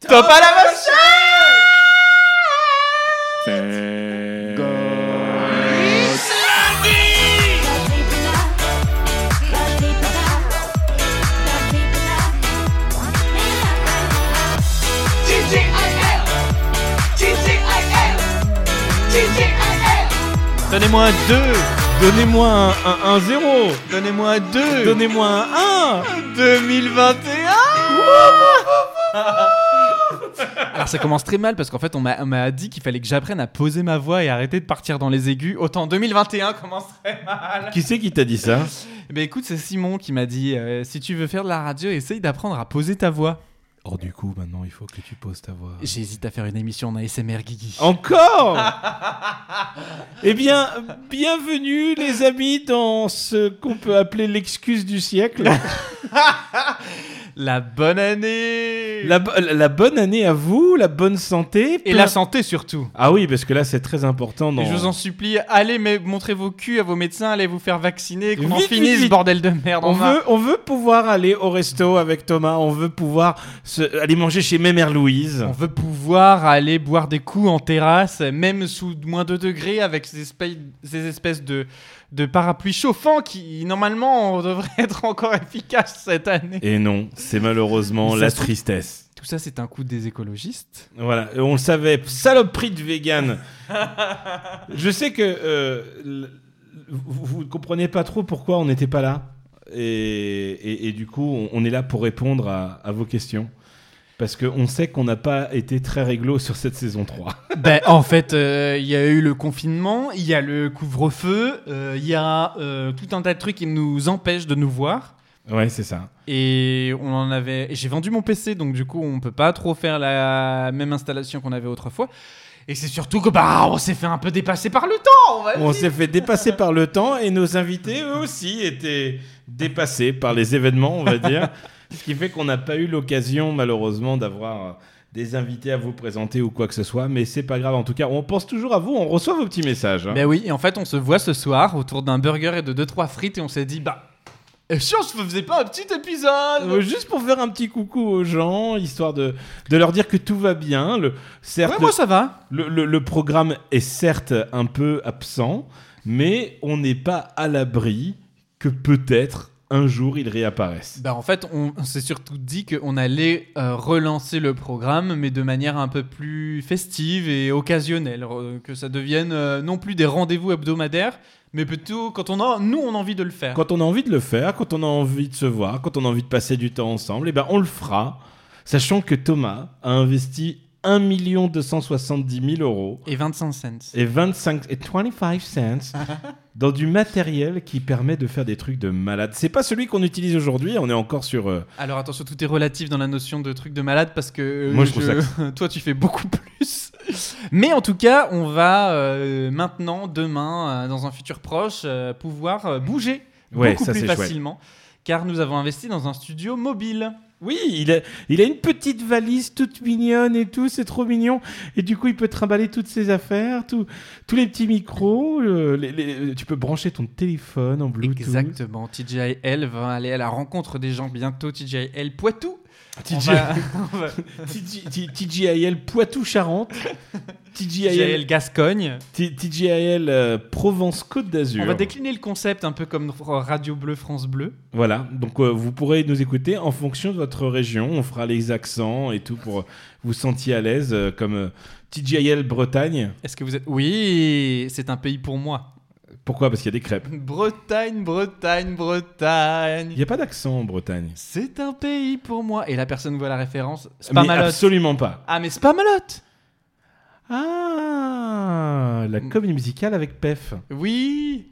Stop à la machine C'est- Donnez-moi un 2 Donnez-moi un, un, 0 Donnez-moi un 2 Donnez-moi un 1 2021 Alors ça commence très mal parce qu'en fait on m'a- on m'a dit qu'il fallait que j'apprenne à poser ma voix et arrêter de partir dans les aigus. Autant 2021 commence très mal. Qui c'est qui t'a dit ça Eh ben écoute, c'est Simon qui m'a dit euh, si tu veux faire de la radio, essaye d'apprendre à poser ta voix. Or Oh, du coup, maintenant, il faut que tu poses ta voix. J'hésite à faire une émission en ASMR Guigui. Encore Eh bien, bienvenue les amis dans ce qu'on peut appeler l'excuse du siècle. La bonne année La, bo- la bonne année à vous, la bonne santé. Et plein- la santé surtout. Ah oui, parce que là, c'est très important. Dans... Et je vous en supplie, allez mais montrez vos culs à vos médecins, allez vous faire vacciner, qu'on en Vite, vite, finisse ce vite. bordel de merde. On en a- veut, on veut pouvoir aller au resto avec Thomas, on veut pouvoir se- aller manger chez Mémère Louise. on veut pouvoir aller boire des coups en terrasse, même sous moins 2 degrés, avec ces espèces, ces espèces de, de parapluies chauffants qui, normalement, on devrait être encore efficaces cette année. Et non, c'est malheureusement Ça la se trouve- tristesse. Tout ça, c'est un coup des écologistes. Voilà, euh, on le savait, saloperie de vegan. je sais que euh, l- vous, vous ne comprenez pas trop pourquoi on n'était pas là. Et, et- et du coup, on, on est là pour répondre à, à vos questions. Parce qu'on sait qu'on n'a pas été très réglo sur cette saison 3. Ben, en fait, euh, il y a eu le confinement, il y a le couvre-feu, euh, il y a euh, tout un tas de trucs qui nous empêchent de nous voir. Ouais, c'est ça. Et on en avait. et J'ai vendu mon PC, donc du coup, on peut pas trop faire la même installation qu'on avait autrefois. Et c'est surtout que bah, on s'est fait un peu dépasser par le temps. On va On dire. s'est fait dépasser par le temps et nos invités, eux aussi, étaient dépassés par les événements, on va dire. Ce qui fait qu'on n'a pas eu l'occasion, malheureusement, d'avoir euh, des invités à vous présenter ou quoi que ce soit. Mais c'est pas grave, en tout cas, on pense toujours à vous, on reçoit vos petits messages. hein. Ben oui. Et en fait, on se voit ce soir autour d'un burger et de deux trois frites, et on s'est dit bah, et si on se faisait pas un petit épisode Euh, Juste pour faire un petit coucou aux gens, histoire de, de leur dire que tout va bien. Le, certes, Ouais, moi ça va. le, le- le programme est certes un peu absent, mais on n'est pas à l'abri que peut-être un jour il réapparaisse. Bah en fait, on, on s'est surtout dit qu'on allait euh, relancer le programme, mais de manière un peu plus festive et occasionnelle, euh, que ça devienne euh, non plus des rendez-vous hebdomadaires, mais plutôt quand on a, nous, on a envie de le faire. Ah. Quand on a envie de le faire, quand on a envie de se voir, quand on a envie de passer du temps ensemble, eh ben on le fera. Sachant que Thomas a investi 1 270 000 euros Et 25 cents. et 25 et 25 cents dans du matériel qui permet de faire des trucs de malade. C'est pas celui qu'on utilise aujourd'hui, on est encore sur euh, Alors attention, tout est relatif dans la notion de truc de malade parce que euh, Moi, je trouve toi tu fais beaucoup plus. Mais en tout cas, on va euh, maintenant, demain, euh, dans un futur proche, euh, pouvoir euh, bouger Ouais, beaucoup ça, plus c'est chouette. facilement, car nous avons investi dans un studio mobile. Oui, il a, il a une petite valise toute mignonne et tout, c'est trop mignon. Et du coup, il peut trimballer toutes ses affaires, tout- tous les petits micros. euh, les- les- tu peux brancher ton téléphone en Bluetooth. Exactement. TGIL va aller à la rencontre des gens bientôt. TGIL Poitou. On TJ va- on va- TJ T- TJIL Poitou-Charentes, TJIL, TGIL Gascogne. T- TJIL euh, Provence-Côte d'Azur. On va décliner le concept un peu comme Radio Bleu France Bleu. Voilà, donc euh, vous pourrez nous écouter en fonction de votre région. On fera les accents et tout pour vous sentir à l'aise, euh, comme euh, TJIL Bretagne. Est-ce que vous êtes Oui, c'est un pays pour moi. Pourquoi Parce qu'il y a des crêpes. Bretagne, Bretagne, Il Bretagne. n'y a pas d'accent en Bretagne. C'est un pays pour moi. Et la personne voit la référence. C'est Mais absolument pas. Ah mais c'est pas malotte. Ah, la comédie musicale avec PEF. Oui.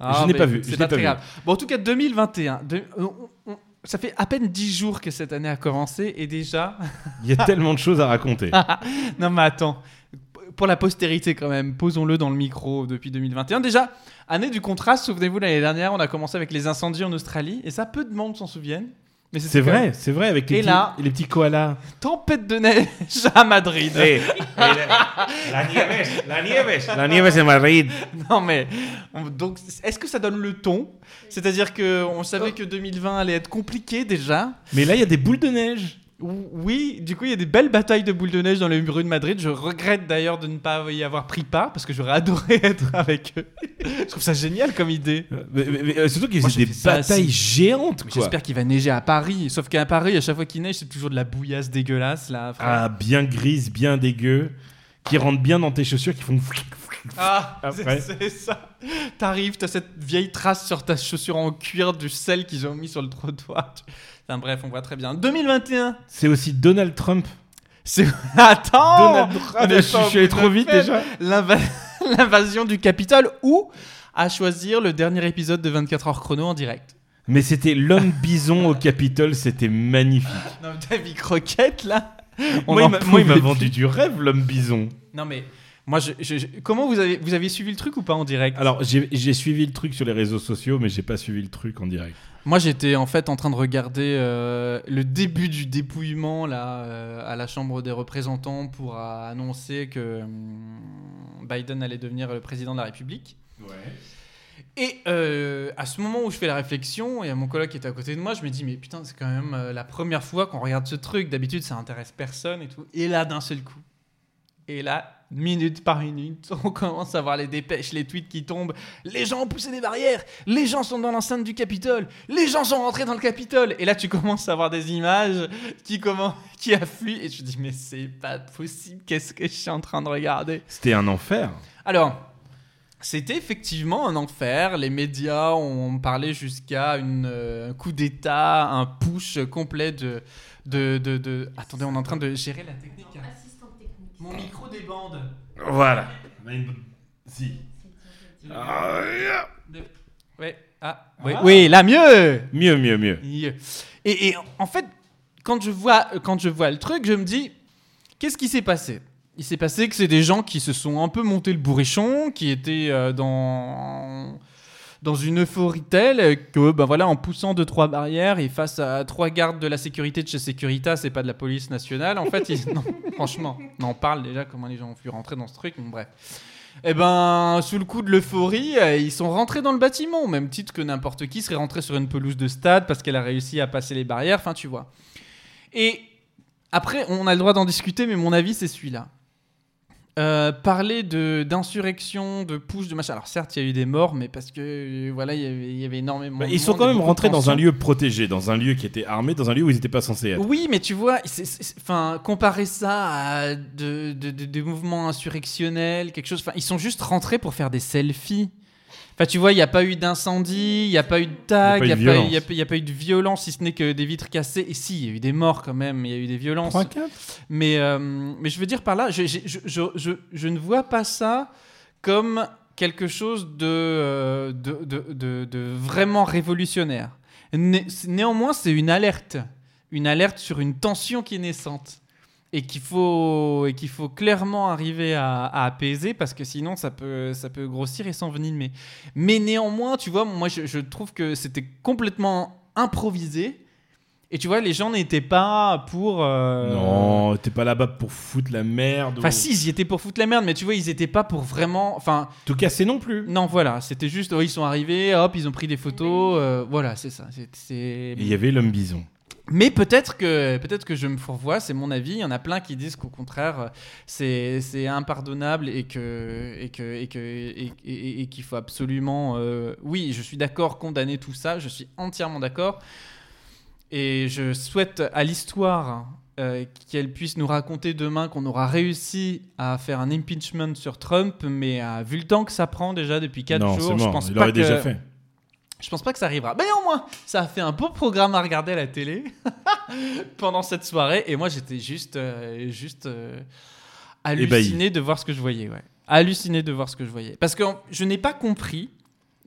Je n'ai mais pas vu, je C'est n'ai pas pas très vu. grave. Bon, en tout cas, 2021. de- on- on- ça fait à peine 10 jours que cette année a commencé et déjà. Il Ah. y a tellement de choses à raconter. non, mais attends. P- Pour la postérité, quand même, posons-le dans le micro depuis 2021. Déjà, année du contraste, souvenez-vous, l'année dernière, on a commencé avec les incendies en Australie et ça, peu de monde s'en souviennent. Mais c'était C'est quand vrai, c'est vrai, avec les, Et petits, là- les petits koalas. même Tempête de neige à Madrid. la, nieve, la nieve. La nieve, c'est Madrid. Non mais on- donc est-ce que ça donne le ton C'est-à-dire que on savait que 2020 allait être compliqué déjà. Mais là, il y a des boules de neige. Oui, du coup, il y a des belles batailles de boules de neige dans les rues de Madrid. Je regrette d'ailleurs de ne pas y avoir pris part parce que j'aurais adoré être avec eux. Je trouve ça génial comme idée. Mais- mais- mais, euh, surtout qu'ils Moi, faisaient j'ai des fait ça batailles aussi. géantes, Mais quoi. J'espère qu'il va neiger à Paris. Sauf qu'à Paris, à chaque fois qu'il neige, c'est toujours de la bouillasse dégueulasse là. frère. Ah, bien grises, bien dégueu, qui rentrent bien dans tes chaussures, qui font. flic, flic, flic. Ah, Après. c'est c'est ça. T'arrives, t'as cette vieille trace sur ta chaussure en cuir du sel qu'ils ont mis sur le trottoir. Enfin bref, on voit très bien. 2021, C'est aussi Donald Trump. c'est... Attends Oh, Donald Trump. mais je suis- je suis allé trop vite Fête. déjà. L'inva- l'invasion du Capitole ou à choisir le dernier épisode de 24 heures chrono en direct. Mais c'était l'homme bison au Capitole, c'était magnifique. Non, mais David Croquette là on moi, en il m'a- moi, il m'a pouvait vendu plus. du rêve, l'homme bison. Non mais moi je, je- je- comment vous avez vous avez suivi le truc ou pas en direct Alors, j'ai j'ai suivi le truc sur les réseaux sociaux, mais j'ai pas suivi le truc en direct. Moi j'étais en fait en train de regarder euh, le début du dépouillement là euh, à la Chambre des représentants pour euh, annoncer que hum, Biden allait devenir le président de la République. Et euh, à ce moment où je fais la réflexion, et mon collègue qui était à côté de moi, je me dis, mais putain, c'est quand même euh, la première fois qu'on regarde ce truc. D'habitude, ça intéresse personne et tout. Et là, d'un seul coup. Et là, minute par minute, on commence à voir les dépêches, les tweets qui tombent. Les gens ont poussé des barrières. Les gens sont dans l'enceinte du Capitole. Les gens sont rentrés dans le Capitole. Et là, tu commences à voir des images qui, comment, qui affluent. Et je me dis, mais c'est pas possible. Qu'est-ce que je suis en train de regarder C'était un enfer. alors, c'était effectivement un enfer. Les médias ont parlé jusqu'à une, euh, un coup d'État, un push complet de, de, de, de- Attendez, on est en train de gérer la technique. hein. Non, assistante technique. Mon micro débande. Voilà. Si. Ouais. Ah, oui, oui, là mieux. Mieux, mieux, mieux. Mieux. Et, et en fait, quand je, vois, euh, quand je vois le truc, je me dis, qu'est-ce qui s'est passé Il s'est passé que c'est des gens qui se sont un peu monté le bourrichon, qui étaient euh, dans, dans une euphorie telle que, ben voilà, en poussant deux, trois barrières et face à trois gardes de la sécurité de chez Securitas c'est pas de la police nationale, en fait, ils- non, franchement, on en parle déjà comment les gens ont pu rentrer dans ce truc, bon, bref. Eh ben, sous le coup de l'euphorie, euh, ils sont rentrés dans le bâtiment, au même titre que n'importe qui serait rentré sur une pelouse de stade parce qu'elle a réussi à passer les barrières, enfin tu vois. Et après, on a le droit d'en discuter, mais mon avis, c'est celui-là. Euh, parler de d'insurrection, de push, de machin. Alors certes, il y a eu des morts, mais parce que euh, voilà, il y avait, il y avait énormément. Bah, de ils sont monde quand et même beaucoup de rentrés dans un tensions. lieu protégé, dans un lieu qui était armé, dans un lieu où ils n'étaient pas censés être. Oui, mais tu vois, c'est- c'est- c'est- enfin, comparer ça à de- de- de- des mouvements insurrectionnels, quelque chose. Enfin, ils sont juste rentrés pour faire des selfies. Enfin, tu vois, il n'y a pas eu d'incendie, il n'y a pas eu de tag, il Il y n'y a a, pas eu de pas eu- violence. il y a pas- il y a pas eu de violence, si ce n'est que des vitres cassées. Et si, il y a eu des morts quand même, il y a eu des violences. Trois, quatre. Mais, euh, mais je veux dire par là, je, je- je- je- je- je ne vois pas ça comme quelque chose de, euh, de, de- de- de vraiment révolutionnaire. Né- néanmoins, c'est une alerte. Une alerte sur une tension qui est naissante. Et qu'il faut, et qu'il faut clairement arriver à, à apaiser parce que sinon ça peut, ça peut grossir et s'envenimer. Mais néanmoins, tu vois, moi je, je trouve que c'était complètement improvisé. Et tu vois, les gens n'étaient pas pour. euh, Non, t'es pas là-bas pour foutre la merde. Enfin, ou- si, ils y étaient pour foutre la merde, mais tu vois, ils étaient pas pour vraiment. Enfin, Tout casser non plus. non, voilà, c'était juste, oh, ils sont arrivés, hop, ils ont pris des photos, euh, voilà, c'est ça. c'est- c'est- Et Il y avait l'homme bison. Mais peut-être que, peut-être que je me fourvoie, c'est mon avis. Il y en a plein qui disent qu'au contraire, euh, c'est, c'est impardonnable et que, et que, et que, et, et- et- et qu'il faut absolument. euh, oui, je suis d'accord, condamner tout ça. Je suis entièrement d'accord. Et je souhaite à l'histoire euh, qu'elle puisse nous raconter demain qu'on aura réussi à faire un impeachment sur Trump, mais euh, vu le temps que ça prend déjà depuis 4 non, jours, c'est mort. je pense Il pas l'aurait que déjà fait. je pense pas que ça arrivera. Mais au moins, ça a fait un beau programme à regarder à la télé pendant cette soirée. Et moi, j'étais juste, euh, juste euh, halluciné de voir ce que je voyais. Ouais. Halluciné de voir ce que je voyais. Parce que en- je n'ai pas compris,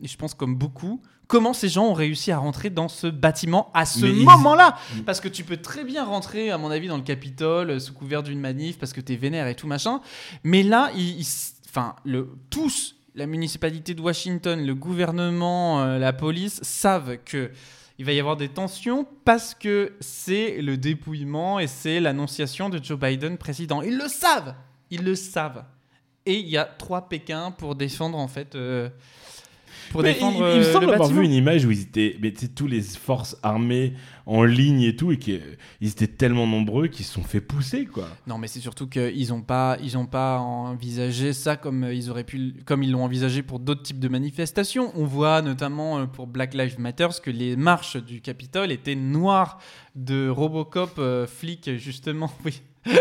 et je pense comme beaucoup, comment ces gens ont réussi à rentrer dans ce bâtiment à ce Mais ils- moment-là. Mm. Parce que tu peux très bien rentrer, à mon avis, dans le Capitole euh, sous couvert d'une manif parce que t'es vénère et tout machin. Mais là, ils, ils s- enfin, le, tous, la municipalité de Washington, le gouvernement, euh, la police, savent que il va y avoir des tensions parce que c'est le dépouillement et c'est l'annonciation de Joe Biden président. Ils le savent, ils le savent. Et il y a trois Pékins pour défendre en fait. euh, pour Mais défendre. il, il me euh, semble le avoir bâtiment. vu une image où ils étaient, mais tu sais, tous les forces armées en ligne et tout, et qui, ils étaient tellement nombreux qu'ils se sont fait pousser, quoi. Non, mais c'est surtout qu'ils n'ont pas, ils ont pas envisagé ça comme euh, ils auraient pu, l- comme ils l'ont envisagé pour d'autres types de manifestations. On voit notamment euh, pour Black Lives Matter que les marches du Capitole étaient noires de Robocop euh, flics justement. Oui.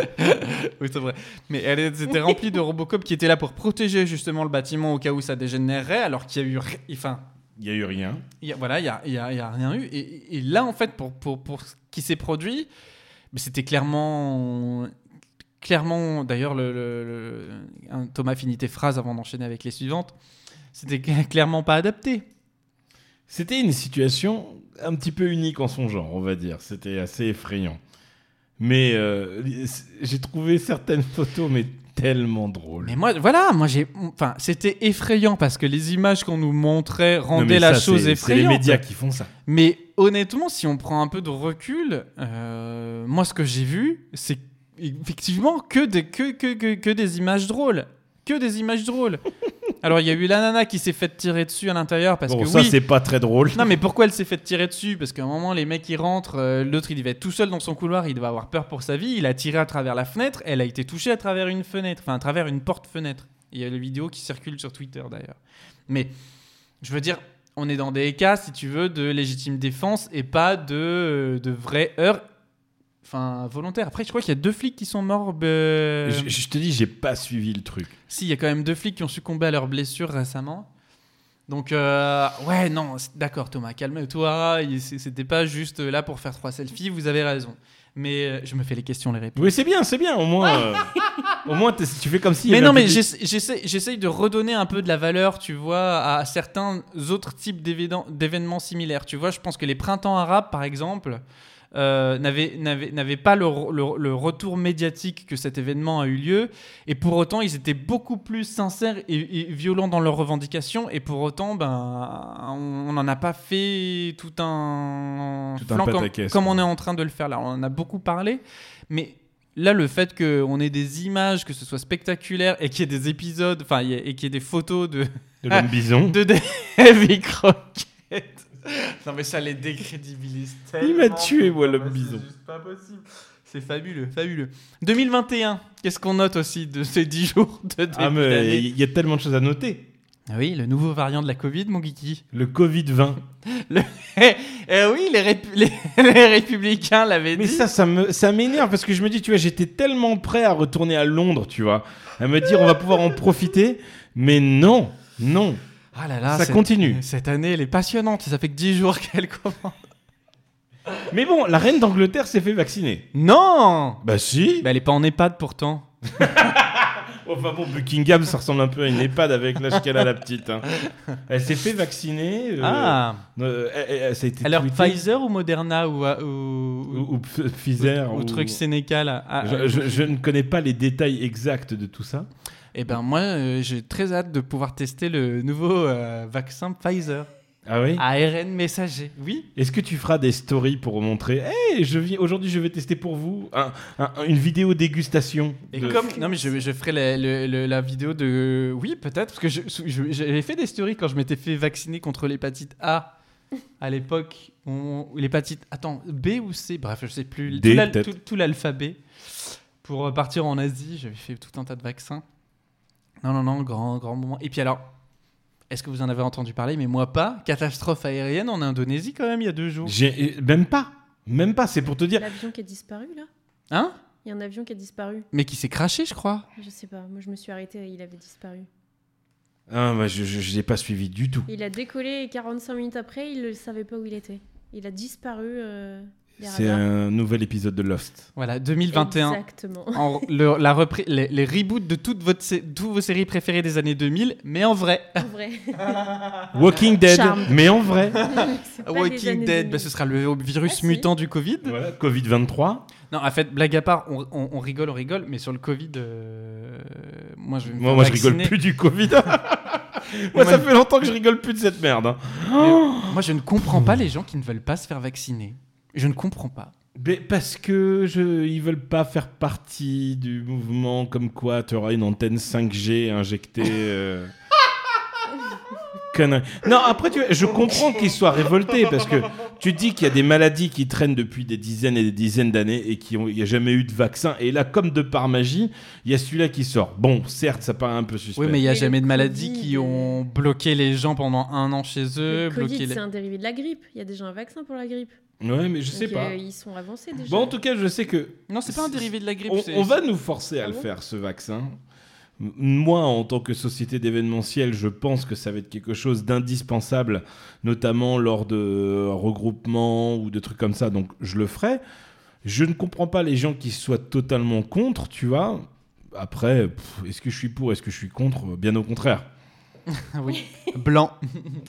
oui, c'est vrai. Mais elle est- c'était remplie de Robocop qui étaient là pour protéger justement le bâtiment au cas où ça dégénérerait, alors qu'il y a eu, ri- enfin, Il y a eu rien. il y a- voilà, il n'y a, il y a- il y a rien eu. Et, et là, en fait, pour, pour, pour ce qui s'est produit, mais c'était clairement. Clairement, d'ailleurs, le, le- le- un- Thomas finit tes phrases avant d'enchaîner avec les suivantes. C'était cl- clairement pas adapté. C'était une situation un petit peu unique en son genre, on va dire. C'était assez effrayant. Mais euh, j'ai trouvé certaines photos, mais tellement drôles. Mais moi, voilà, moi j'ai. Enfin, c'était effrayant parce que les images qu'on nous montrait rendaient la chose C'est les effrayante. médias qui font ça. Mais honnêtement, si on prend un peu de recul, euh, moi ce que j'ai vu, c'est effectivement que des, que, que, que, que des images drôles. Que des images drôles. Alors il y a eu la nana qui s'est faite tirer dessus à l'intérieur parce bon, que ça, oui. c'est pas très drôle. Non mais pourquoi elle s'est faite tirer dessus Parce qu'à un moment les mecs ils rentrent, euh, l'autre il devait être tout seul dans son couloir, il devait avoir peur pour sa vie, il a tiré à travers la fenêtre, elle a été touchée à travers une fenêtre, enfin à travers une porte-fenêtre. Il y a les vidéos qui circulent sur Twitter d'ailleurs. Mais je veux dire, on est dans des cas si tu veux de légitime défense et pas de, de vraie heure, enfin volontaire. Après je crois qu'il y a deux flics qui sont morts. euh, Je, je te dis, j'ai pas suivi le truc. si, il y a quand même deux flics qui ont succombé à leurs blessures récemment. Donc, euh, ouais, non, c'est- d'accord, Thomas, calme-toi. il- c'est- C'était pas juste euh, là pour faire trois selfies, vous avez raison. Mais euh, je me fais les questions, les réponses. Oui, c'est bien, c'est bien. Au moins, euh, au moins, t'es- tu fais comme si. il y Mais avait non, un mais public. j'essa- j'essaie- j'essaye de redonner un peu de la valeur, tu vois, à certains autres types d'événements- d'événements similaires. Tu vois, je pense que les printemps arabes, par exemple, euh, n'avaient- n'avaient n'avaient pas le, re- le- le retour médiatique que cet événement a eu lieu. Et pour autant, ils étaient beaucoup plus sincères et, et violents dans leurs revendications. Et pour autant, ben, on n'en a pas fait tout un, Tout un flanc comme, pataquès, comme quoi. on est en train de le faire là. On en a beaucoup parlé. Mais là, le fait qu'on ait des images, que ce soit spectaculaire et qu'il y ait des épisodes, enfin, il y ait- et qu'il y ait des photos de, De l'homme bison. de Heavy Crockett. Non, mais ça les décrédibilise tellement. Il m'a tué, moi, l'homme Bah, bison. C'est juste pas possible. C'est fabuleux, fabuleux. 2021, qu'est-ce qu'on note aussi de ces 10 jours de début Ah, mais d'année il y a tellement de choses à noter. Ah Oui, le nouveau variant de la Covid, mon geeky. Le Covid-20. Eh oui, les, répu- les, les républicains l'avaient Mais dit. ça, ça me, ça m'énerve parce que je me dis, tu vois, j'étais tellement prêt à retourner à Londres, tu vois, à me dire, on va pouvoir en profiter, mais non, non, Ah là là, ça cette- continue. Cette année, elle est passionnante. Ça fait que 10 jours qu'elle commence. Mais bon, la reine d'Angleterre s'est fait vacciner. Non Bah si. Bah, Elle est pas en EHPAD pourtant. Enfin bon, Buckingham, ça ressemble un peu à une EHPAD avec l'âge qu'elle a la petite. hein. Elle s'est fait vacciner. euh, Ah euh, elle- elle- elle- ça a été Alors tweeté. Pfizer ou Moderna ou, euh, ou, ou, ou Pf- Pfizer ou ou- truc Sénécal à- à- euh, Je, je- je ne connais pas les détails exacts de tout ça. Eh ben moi, euh, j'ai très hâte de pouvoir tester le nouveau euh, vaccin Pfizer. Ah oui. ARN messager, oui Est-ce que tu feras des stories pour montrer Hey, je viens aujourd'hui, je vais tester pour vous un- un- une vidéo dégustation. et de- comme non mais je, je ferai la, le- le- la vidéo de oui peut-être parce que je- je- j'avais fait des stories quand je m'étais fait vacciner contre l'hépatite A à l'époque on- l'hépatite attends B ou C bref je sais plus D, tout l'al- peut-être. tout- tout l'alphabet pour partir en Asie j'avais fait tout un tas de vaccins non non non grand grand moment et puis alors est-ce que vous en avez entendu parler mais moi pas catastrophe aérienne en Indonésie quand même il y a deux jours J'ai- même pas, même pas. C'est pour te dire. L'avion qui a disparu là hein Il y a un avion qui a disparu. mais qui s'est craché je crois Je sais pas, moi je me suis arrêtée et il avait disparu. Ah, bah, je, je, je l'ai pas suivi du tout. Il a décollé et 45 minutes après, il ne savait pas où il était. Il a disparu euh, des C'est radars. un nouvel épisode de Lost. voilà 2021 Exactement. en- le- la repri- les, les reboots de toutes votre sé- toutes vos séries préférées des années 2000, mais en vrai. En vrai. Walking Dead, Charmed. mais en vrai. Ah, C'est pas les Walking années Dead, 2000. bah, ce sera le virus Ah, si. mutant du Covid. voilà, Covid 23. Non, en fait, blague à part, on, on- on rigole, on rigole, mais sur le Covid, euh, moi je vais me Moi, faire moi, je vacciner. rigole plus du Covid. moi, ça fait longtemps que je rigole plus de Mmh. cette merde. hein. Mais moi, je ne comprends pas les gens qui ne veulent pas se faire vacciner. Je ne comprends pas. Mais parce que je, ils veulent pas faire partie du mouvement comme quoi tu auras une antenne 5G injectée. euh, connerie. Non, après tu vois, je comprends qu'ils soient révoltés parce que Tu te dis qu'il y a des maladies qui traînent depuis des dizaines et des dizaines d'années et qui ont, il n'y a jamais eu de vaccin. Et là, comme de par magie, il y a celui-là qui sort. Bon, certes, ça paraît un peu suspect. Oui, mais il n'y a Mais le jamais de Covid, maladies qui euh, ont bloqué les gens pendant un an chez eux. Le bloqué Covid, les... c'est un dérivé de la grippe. Il y a déjà un vaccin pour la grippe. Ouais, mais je sais Donc, pas. euh, ils sont avancés déjà. Bon, en tout cas, je sais que Non, c'est pas un dérivé de la grippe. on, c'est- on va nous forcer à Ah le bon faire, ce vaccin. M- Moi, en tant que société d'événementiel, je pense que ça va être quelque chose d'indispensable, notamment lors de euh, regroupements ou de trucs comme ça. Donc, je le ferai. Je ne comprends pas les gens qui soient totalement contre, tu vois. Après, pff, est-ce que je suis pour, est-ce que je suis contre Bien au contraire. Ah oui. Blanc.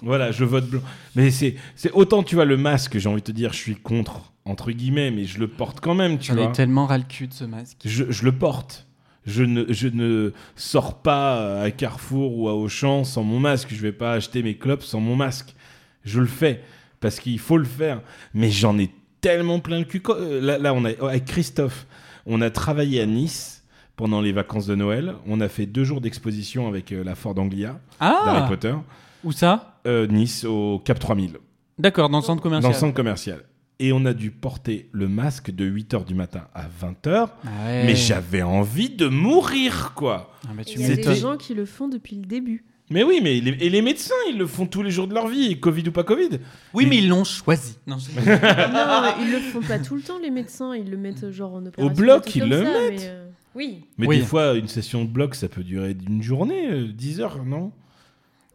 Voilà, je vote blanc. Mais c'est c'est autant, tu vois, le masque, j'ai envie de te dire, je suis contre, entre guillemets, mais je le porte quand même, tu J'en vois. ai tellement ras le cul de ce masque. je, je le porte. Je ne, je ne sors pas à Carrefour ou à Auchan sans mon masque. Je vais pas acheter mes clopes sans mon masque. Je le fais parce qu'il faut le faire. Mais j'en ai tellement plein le cul. Quand- euh, Là, là, on a avec Christophe, on a travaillé à Nice pendant les vacances de Noël. On a fait deux jours d'exposition avec euh, la Ford Anglia d'Harry Ah Potter. Où ça Euh, nice au Cap 3000 D'accord, dans le centre dans commercial. le centre commercial. Et on a dû porter le masque de 8h du matin à 20h Ah ouais. mais j'avais envie de mourir, quoi. Ah bah, Et tu Il y a C'était- des m'étonnes. gens qui le font depuis le début. Mais oui, mais les, et les médecins, ils le font tous les jours de leur vie, Covid ou pas Covid. Oui, mais ils l'ont choisi. Non, je- non, mais ils le font pas tout le temps, les médecins. Ils le mettent euh, genre en opération. bloc, des trucs ils comme le ça, mettent. mais, euh, Oui. Mais Oui. des fois, une session de bloc, ça peut durer une journée, euh, 10 heures, non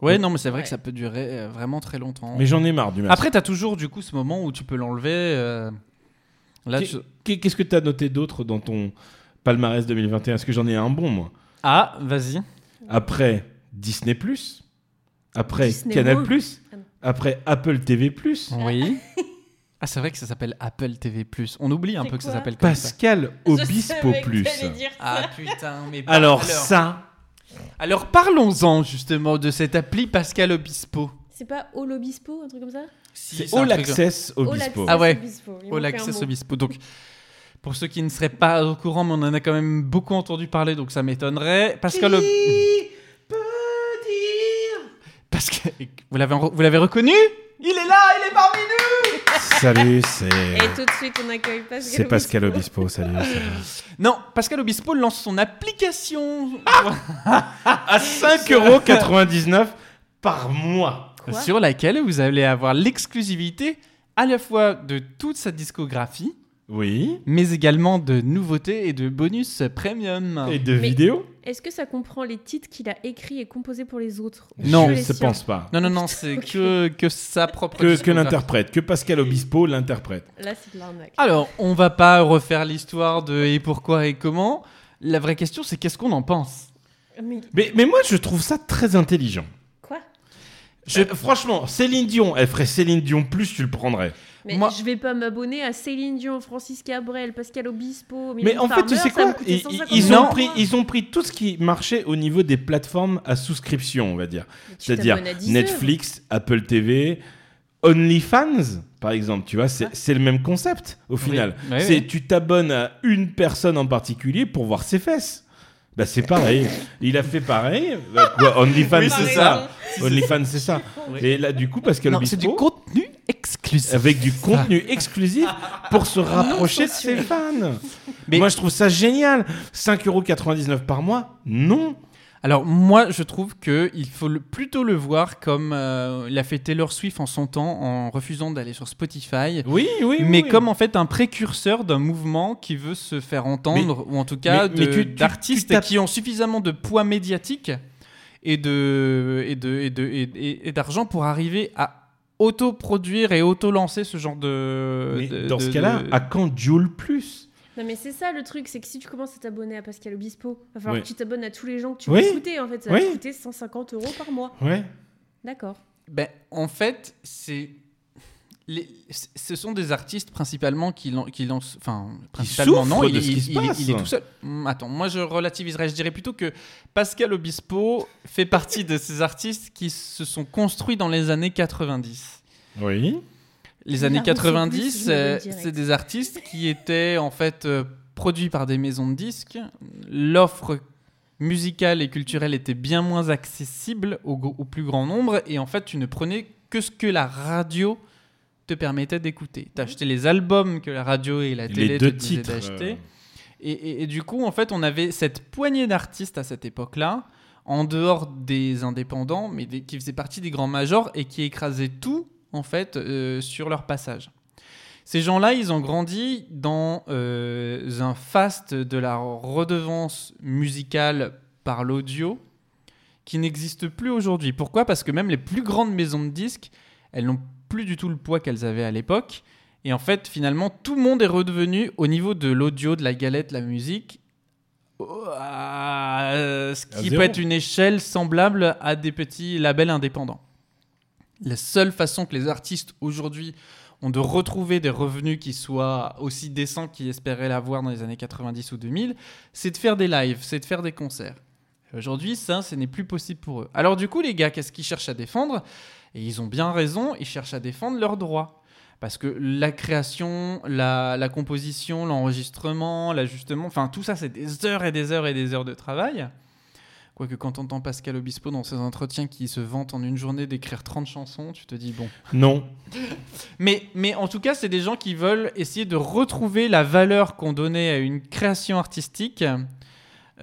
Ouais, non, mais c'est vrai que Ouais. ça peut durer euh, vraiment très longtemps. Mais j'en ai marre du masque. Après, t'as toujours du coup ce moment où tu peux l'enlever. euh, Là, Qui- tu- Qu'est- Qu'est-ce que t'as noté d'autre dans ton palmarès 2021 Est-ce que j'en ai un bon, moi Ah, vas-y. Après Disney ⁇ après Disney Canal World. ⁇ Ah non. après Apple TV ⁇ Oui. Ah, c'est vrai que ça s'appelle Apple TV+. On oublie un C'est peu que ça quoi s'appelle comme ça. Pascal Obispo Plus. Ah putain, mais par- Alors ça, alors parlons-en justement de cette appli Pascal Obispo. C'est pas All Obispo, un truc comme ça c'est All hein. Access Obispo. Oh, All Ah ouais. Access Obispo. hein. Il All manquait un Access mot. Obispo. Donc, pour ceux qui ne seraient pas au courant, mais on en a quand même beaucoup entendu parler, donc ça m'étonnerait. Pascal Ob- Pascal... Vous l'avez en- vous l'avez reconnu Il est là, il est parmi nous Salut, c'est... Et tout de suite, on accueille Pascal. C'est Pascal Obispo. Obispo, salut. Non, Pascal Obispo lance son application Ah, à 5,99€ par mois. Quoi sur laquelle vous allez avoir l'exclusivité à la fois de toute sa discographie, Oui. mais également de nouveautés et de bonus premium. Et de Mais- vidéos Est-ce que ça comprend les titres qu'il a écrits et composés pour les autres Non. Je je les ne siens. pense pas. Non, non, non, c'est Ok. que, que sa propre. Que, que discographie. l'interprète, que Pascal Obispo l'interprète. Là, c'est de l'arnaque. Alors, on va pas refaire l'histoire de et pourquoi et comment. La vraie question, c'est qu'est-ce qu'on en pense Mais Mais, mais moi, je trouve ça très intelligent. quoi Je- Euh, franchement, Céline Dion, elle ferait Céline Dion plus, tu le prendrais. Mais Moi- je vais pas m'abonner à Céline Dion, Francis Cabrel, Pascal Obispo. Mais en fait, tu sais quoi ils, ils ont pris, ils ont pris tout ce qui marchait au niveau des plateformes à subscription, on va dire. C'est-à-dire Netflix, Apple TV, OnlyFans, par exemple. Tu vois, c'est c'est le même concept au final. Oui, oui, c'est oui. tu t'abonnes à une personne en particulier pour voir ses fesses. Bah c'est pareil. Il a fait pareil. Bah, quoi, OnlyFans, Oui, c'est c'est ça. OnlyFans, c'est ça. Et là, du coup, Pascal Non, Obispo, c'est du contenu exclusif. avec du contenu exclusif pour se rapprocher de ses fans. Mais- Moi, je trouve ça génial. 5,99€ par mois Non. Alors moi, je trouve que il faut le- plutôt le voir comme euh, l'a fait Taylor Swift en son temps en refusant d'aller sur Spotify. Oui, oui. mais oui. comme en fait un précurseur d'un mouvement qui veut se faire entendre, ou en tout cas mais- mais de- tu- tu- d'artistes tu tapes- qui ont suffisamment de poids médiatique et de et de- et de- et- et- et d'argent pour arriver à autoproduire et auto-lancer ce genre de. Mais Euh, de- dans ce de- cas-là, de- à quand Joule plus Non, mais c'est ça le truc, c'est que si tu commences à t'abonner à Pascal Obispo, va falloir Oui. que tu t'abonnes à tous les gens que tu Oui. veux écouter. En fait, ça va Oui. te coûter 150 euros par mois. Ouais. D'accord. Ben, en fait, c'est. les- c- ce sont des artistes principalement qui, lan- qui lancent. Enfin, principalement, souffrent non, il, de ce il- qui se il- passe. il est tout seul. Hum, Attends, moi je relativiserais. Je dirais plutôt que Pascal Obispo fait partie de ces artistes qui se sont construits dans les années 90. Oui. Les Ah, années on sait plus, 90, je me euh, le dirais. c'est des artistes qui étaient en fait euh, produits par des maisons de disques. L'offre musicale et culturelle était bien moins accessible au, gr- au plus grand nombre et en fait tu ne prenais que ce que la radio te permettaient d'écouter. T'as acheté les albums que la radio et la télé les te deux disaient titres. d'acheter. euh, Et, et- et du coup, en fait, on avait cette poignée d'artistes à cette époque-là, en dehors des indépendants, mais des- qui faisaient partie des grands majors et qui écrasaient tout, en fait, euh, sur leur passage. Ces gens-là, ils ont grandi dans euh, un faste de la redevance musicale par l'audio qui n'existe plus aujourd'hui. Pourquoi Parce que même les plus grandes maisons de disques, elles n'ont plus du tout le poids qu'elles avaient à l'époque. Et en fait, finalement, tout le monde est redevenu au niveau de l'audio, de la galette, de la musique, au- à, euh, ce À qui zéro. peut être une échelle semblable à des petits labels indépendants. La seule façon que les artistes aujourd'hui ont de retrouver des revenus qui soient aussi décents qu'ils espéraient l'avoir dans les années 90 ou 2000, c'est de faire des lives, c'est de faire des concerts. Aujourd'hui, ça, ce n'est plus possible pour eux. Alors du coup, les gars, qu'est-ce qu'ils cherchent à défendre Et ils ont bien raison, ils cherchent à défendre leurs droits. Parce que la création, la, la composition, l'enregistrement, l'ajustement, enfin tout ça, c'est des heures et des heures et des heures de travail. Quoique quand on entend Pascal Obispo dans ses entretiens qui se vante en une journée d'écrire 30 chansons, tu te dis bon. Non. Mais, mais en tout cas, c'est des gens qui veulent essayer de retrouver la valeur qu'on donnait à une création artistique,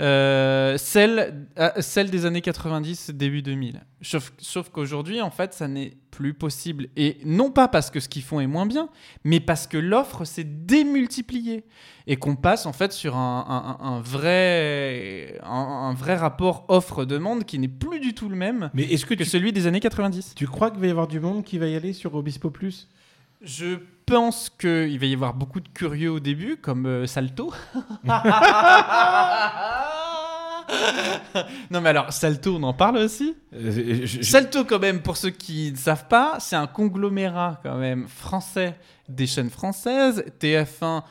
euh, celle, à- celle des années 90, début 2000. Sauf, sauf qu'aujourd'hui, en fait, ça n'est plus possible. Et non pas parce que ce qu'ils font est moins bien, mais parce que l'offre s'est démultipliée. Et qu'on passe, en fait, sur un, un- un- un vrai, un- un vrai rapport offre-demande qui n'est plus du tout le même Mais est-ce que, que tu, celui des années 90. tu crois qu'il va y avoir du monde qui va y aller sur Obispo Plus Je pense qu'il va y avoir beaucoup de curieux au début, comme euh, Salto. non mais alors, Salto, on en parle aussi Euh, je- je- Salto quand même, pour ceux qui ne savent pas, c'est un conglomérat quand même français des chaînes françaises, TF1,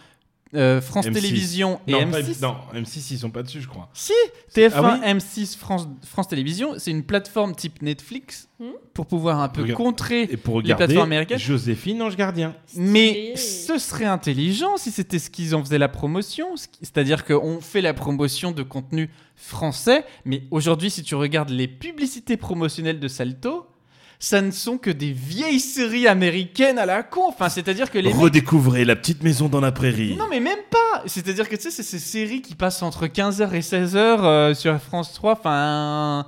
euh, France M6. Télévisions et non, pas- M6. non, M6, ils sont pas dessus, je crois. Si, TF1, Ah M6, France, France Télévisions, c'est une plateforme type Netflix Hmm. pour pouvoir un peu Regarde. contrer Et pour Les plateformes regarder, américaines Joséphine Ange Gardien. Mais Stylé. ce serait intelligent si c'était ce qu'ils en faisaient la promotion. ce qui- C'est-à-dire qu'on fait la promotion de contenu français, mais aujourd'hui, si tu regardes les publicités promotionnelles de Salto, ça ne sont que des vieilles séries américaines à la con. Enfin, c'est-à-dire que les mecs- Redécouvrez la petite maison dans la prairie. Non, mais même pas C'est-à-dire que, tu sais, c'est ces séries qui passent entre 15h et 16h euh, sur France 3. Enfin...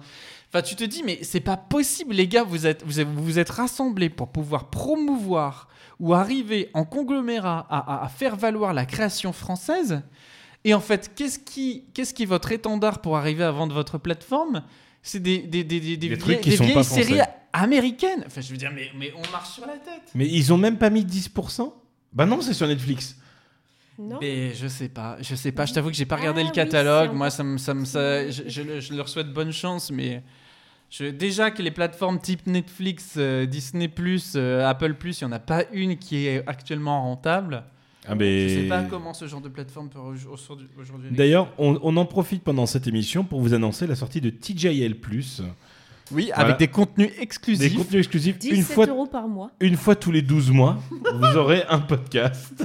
Enfin, tu te dis, mais c'est pas possible, les gars, vous êtes, vous êtes, vous vous êtes rassemblés pour pouvoir promouvoir ou arriver en conglomérat à, à- à faire valoir la création française. Et en fait, qu'est-ce qui, qu'est-ce qui est votre étendard pour arriver à vendre votre plateforme C'est des, des, des, des, des Des trucs vieilles- qui des sont vieilles pas français. séries américaines. Enfin, je veux dire, mais, mais on marche sur la tête. Mais ils ont même pas mis 10% Bah non, c'est sur Netflix. Non. Mais je sais pas, je sais pas. Je t'avoue que j'ai pas regardé Ah le oui, catalogue. c'est Moi, encore ça me, ça me, ça, je, je le- je leur souhaite bonne chance, mais je, déjà que les plateformes type Netflix, euh, Disney+, euh, Apple+, il y en a pas une qui est actuellement rentable. Ah mais... Je sais pas comment ce genre de plateforme peut au- aujourd'hui. aujourd'hui D'ailleurs, on, on en profite pendant cette émission pour vous annoncer la sortie de TJL+, exister. oui, Voilà. avec des contenus des exclusifs. contenus exclusifs une 17 fois, euros par mois. une fois tous les 12 mois. vous aurez un podcast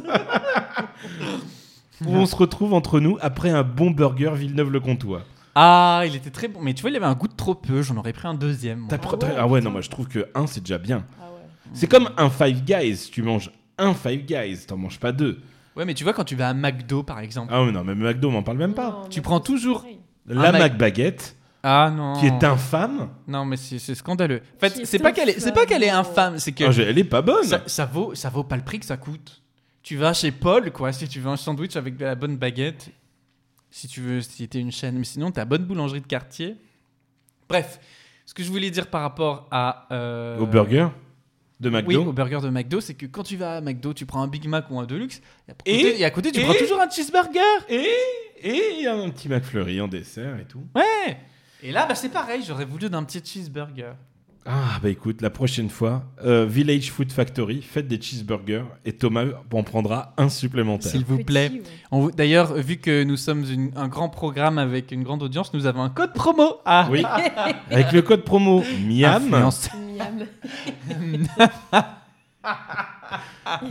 où on se retrouve entre nous après un bon burger Villeneuve-le-Comtois. Ah, il était très bon, mais tu vois, il avait un goût de trop peu. J'en aurais pris un deuxième. moi. T'as Ah pr- t'as- ouais, ah ouais, putain. non, moi je trouve que un c'est déjà bien. Ah ouais. C'est comme un Five Guys, tu manges un Five Guys, t'en manges pas deux. Ouais, mais tu vois, quand tu vas à McDo, par exemple, Ah ouais, non, même McDo m'en parle même pas. Tu prends toujours- La Mac- McBaguette, ah non, qui est infâme, non, mais c'est c'est scandaleux. En Qui fait, est c'est pas qu'elle est, c'est pas qu'elle est infâme. infâme, c'est que Ah, j'ai- elle est pas bonne. ça, ça vaut, ça vaut pas le prix que ça coûte. Tu vas chez Paul, quoi, si tu veux un sandwich avec de la bonne baguette, si tu veux, si t'es une chaîne, mais sinon ta bonne boulangerie de quartier. Bref, ce que je voulais dire par rapport à euh, Au burger de McDo. Oui, au burger de McDo, c'est que quand tu vas à McDo, tu prends un Big Mac ou un Deluxe, et à Et- côté, et à côté, tu et- prends toujours un cheeseburger. Et et il y a un petit McFlurry en dessert et tout. Ouais. Et là, bah, c'est pareil, j'aurais voulu d'un petit cheeseburger. Ah bah écoute, la prochaine fois, euh, Village Food Factory, faites des cheeseburgers et Thomas en prendra un supplémentaire. S'il vous plaît. On vous- D'ailleurs, vu que nous sommes une- un grand programme avec une grande audience, nous avons un code promo à Oui. Avec le code promo Miam, Influence. Ah, Miam.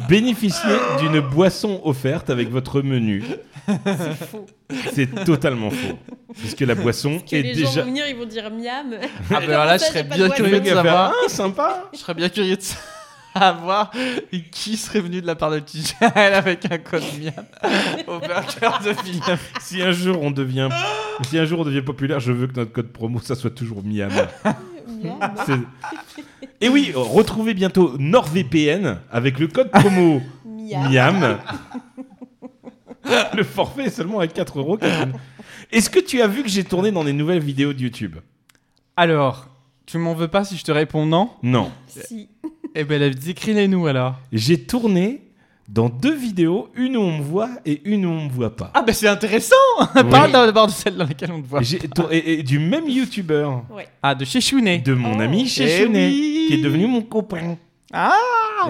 bénéficiez d'une boisson offerte avec votre menu. C'est faux. C'est totalement faux, puisque la boisson Que est les gens déjà. vont venir, ils vont dire miam. Ah bah alors là, je Ça, serais j'ai pas bien de curieux de Il va faire, savoir. Ah, sympa. Je serais bien curieux de savoir. à voir qui serait venu de la part de Tijal avec un code miam au burger de Miam. Si un jour on devient, si un jour on devient populaire, je veux que notre code promo ça soit toujours Miam. Miam. C'est- Et oui, retrouvez bientôt NordVPN avec le code promo Miam. Miam. le forfait est seulement à 4 euros. Catherine. Est-ce que tu as vu que j'ai tourné dans des nouvelles vidéos de YouTube Alors, tu m'en veux pas si je te réponds non Non. Si. Eh ben, écris-les-nous alors. J'ai tourné dans deux vidéos, une où on me voit et une où on me voit pas. Ah ben c'est intéressant Oui. Parle d'abord de celle dans laquelle on te voit. J'ai tour- et, et du même youtubeur, Ouais. Ah, de chez Chounet. de mon Oh. ami Eh Chéchounet, oui. qui est devenu mon copain. Ah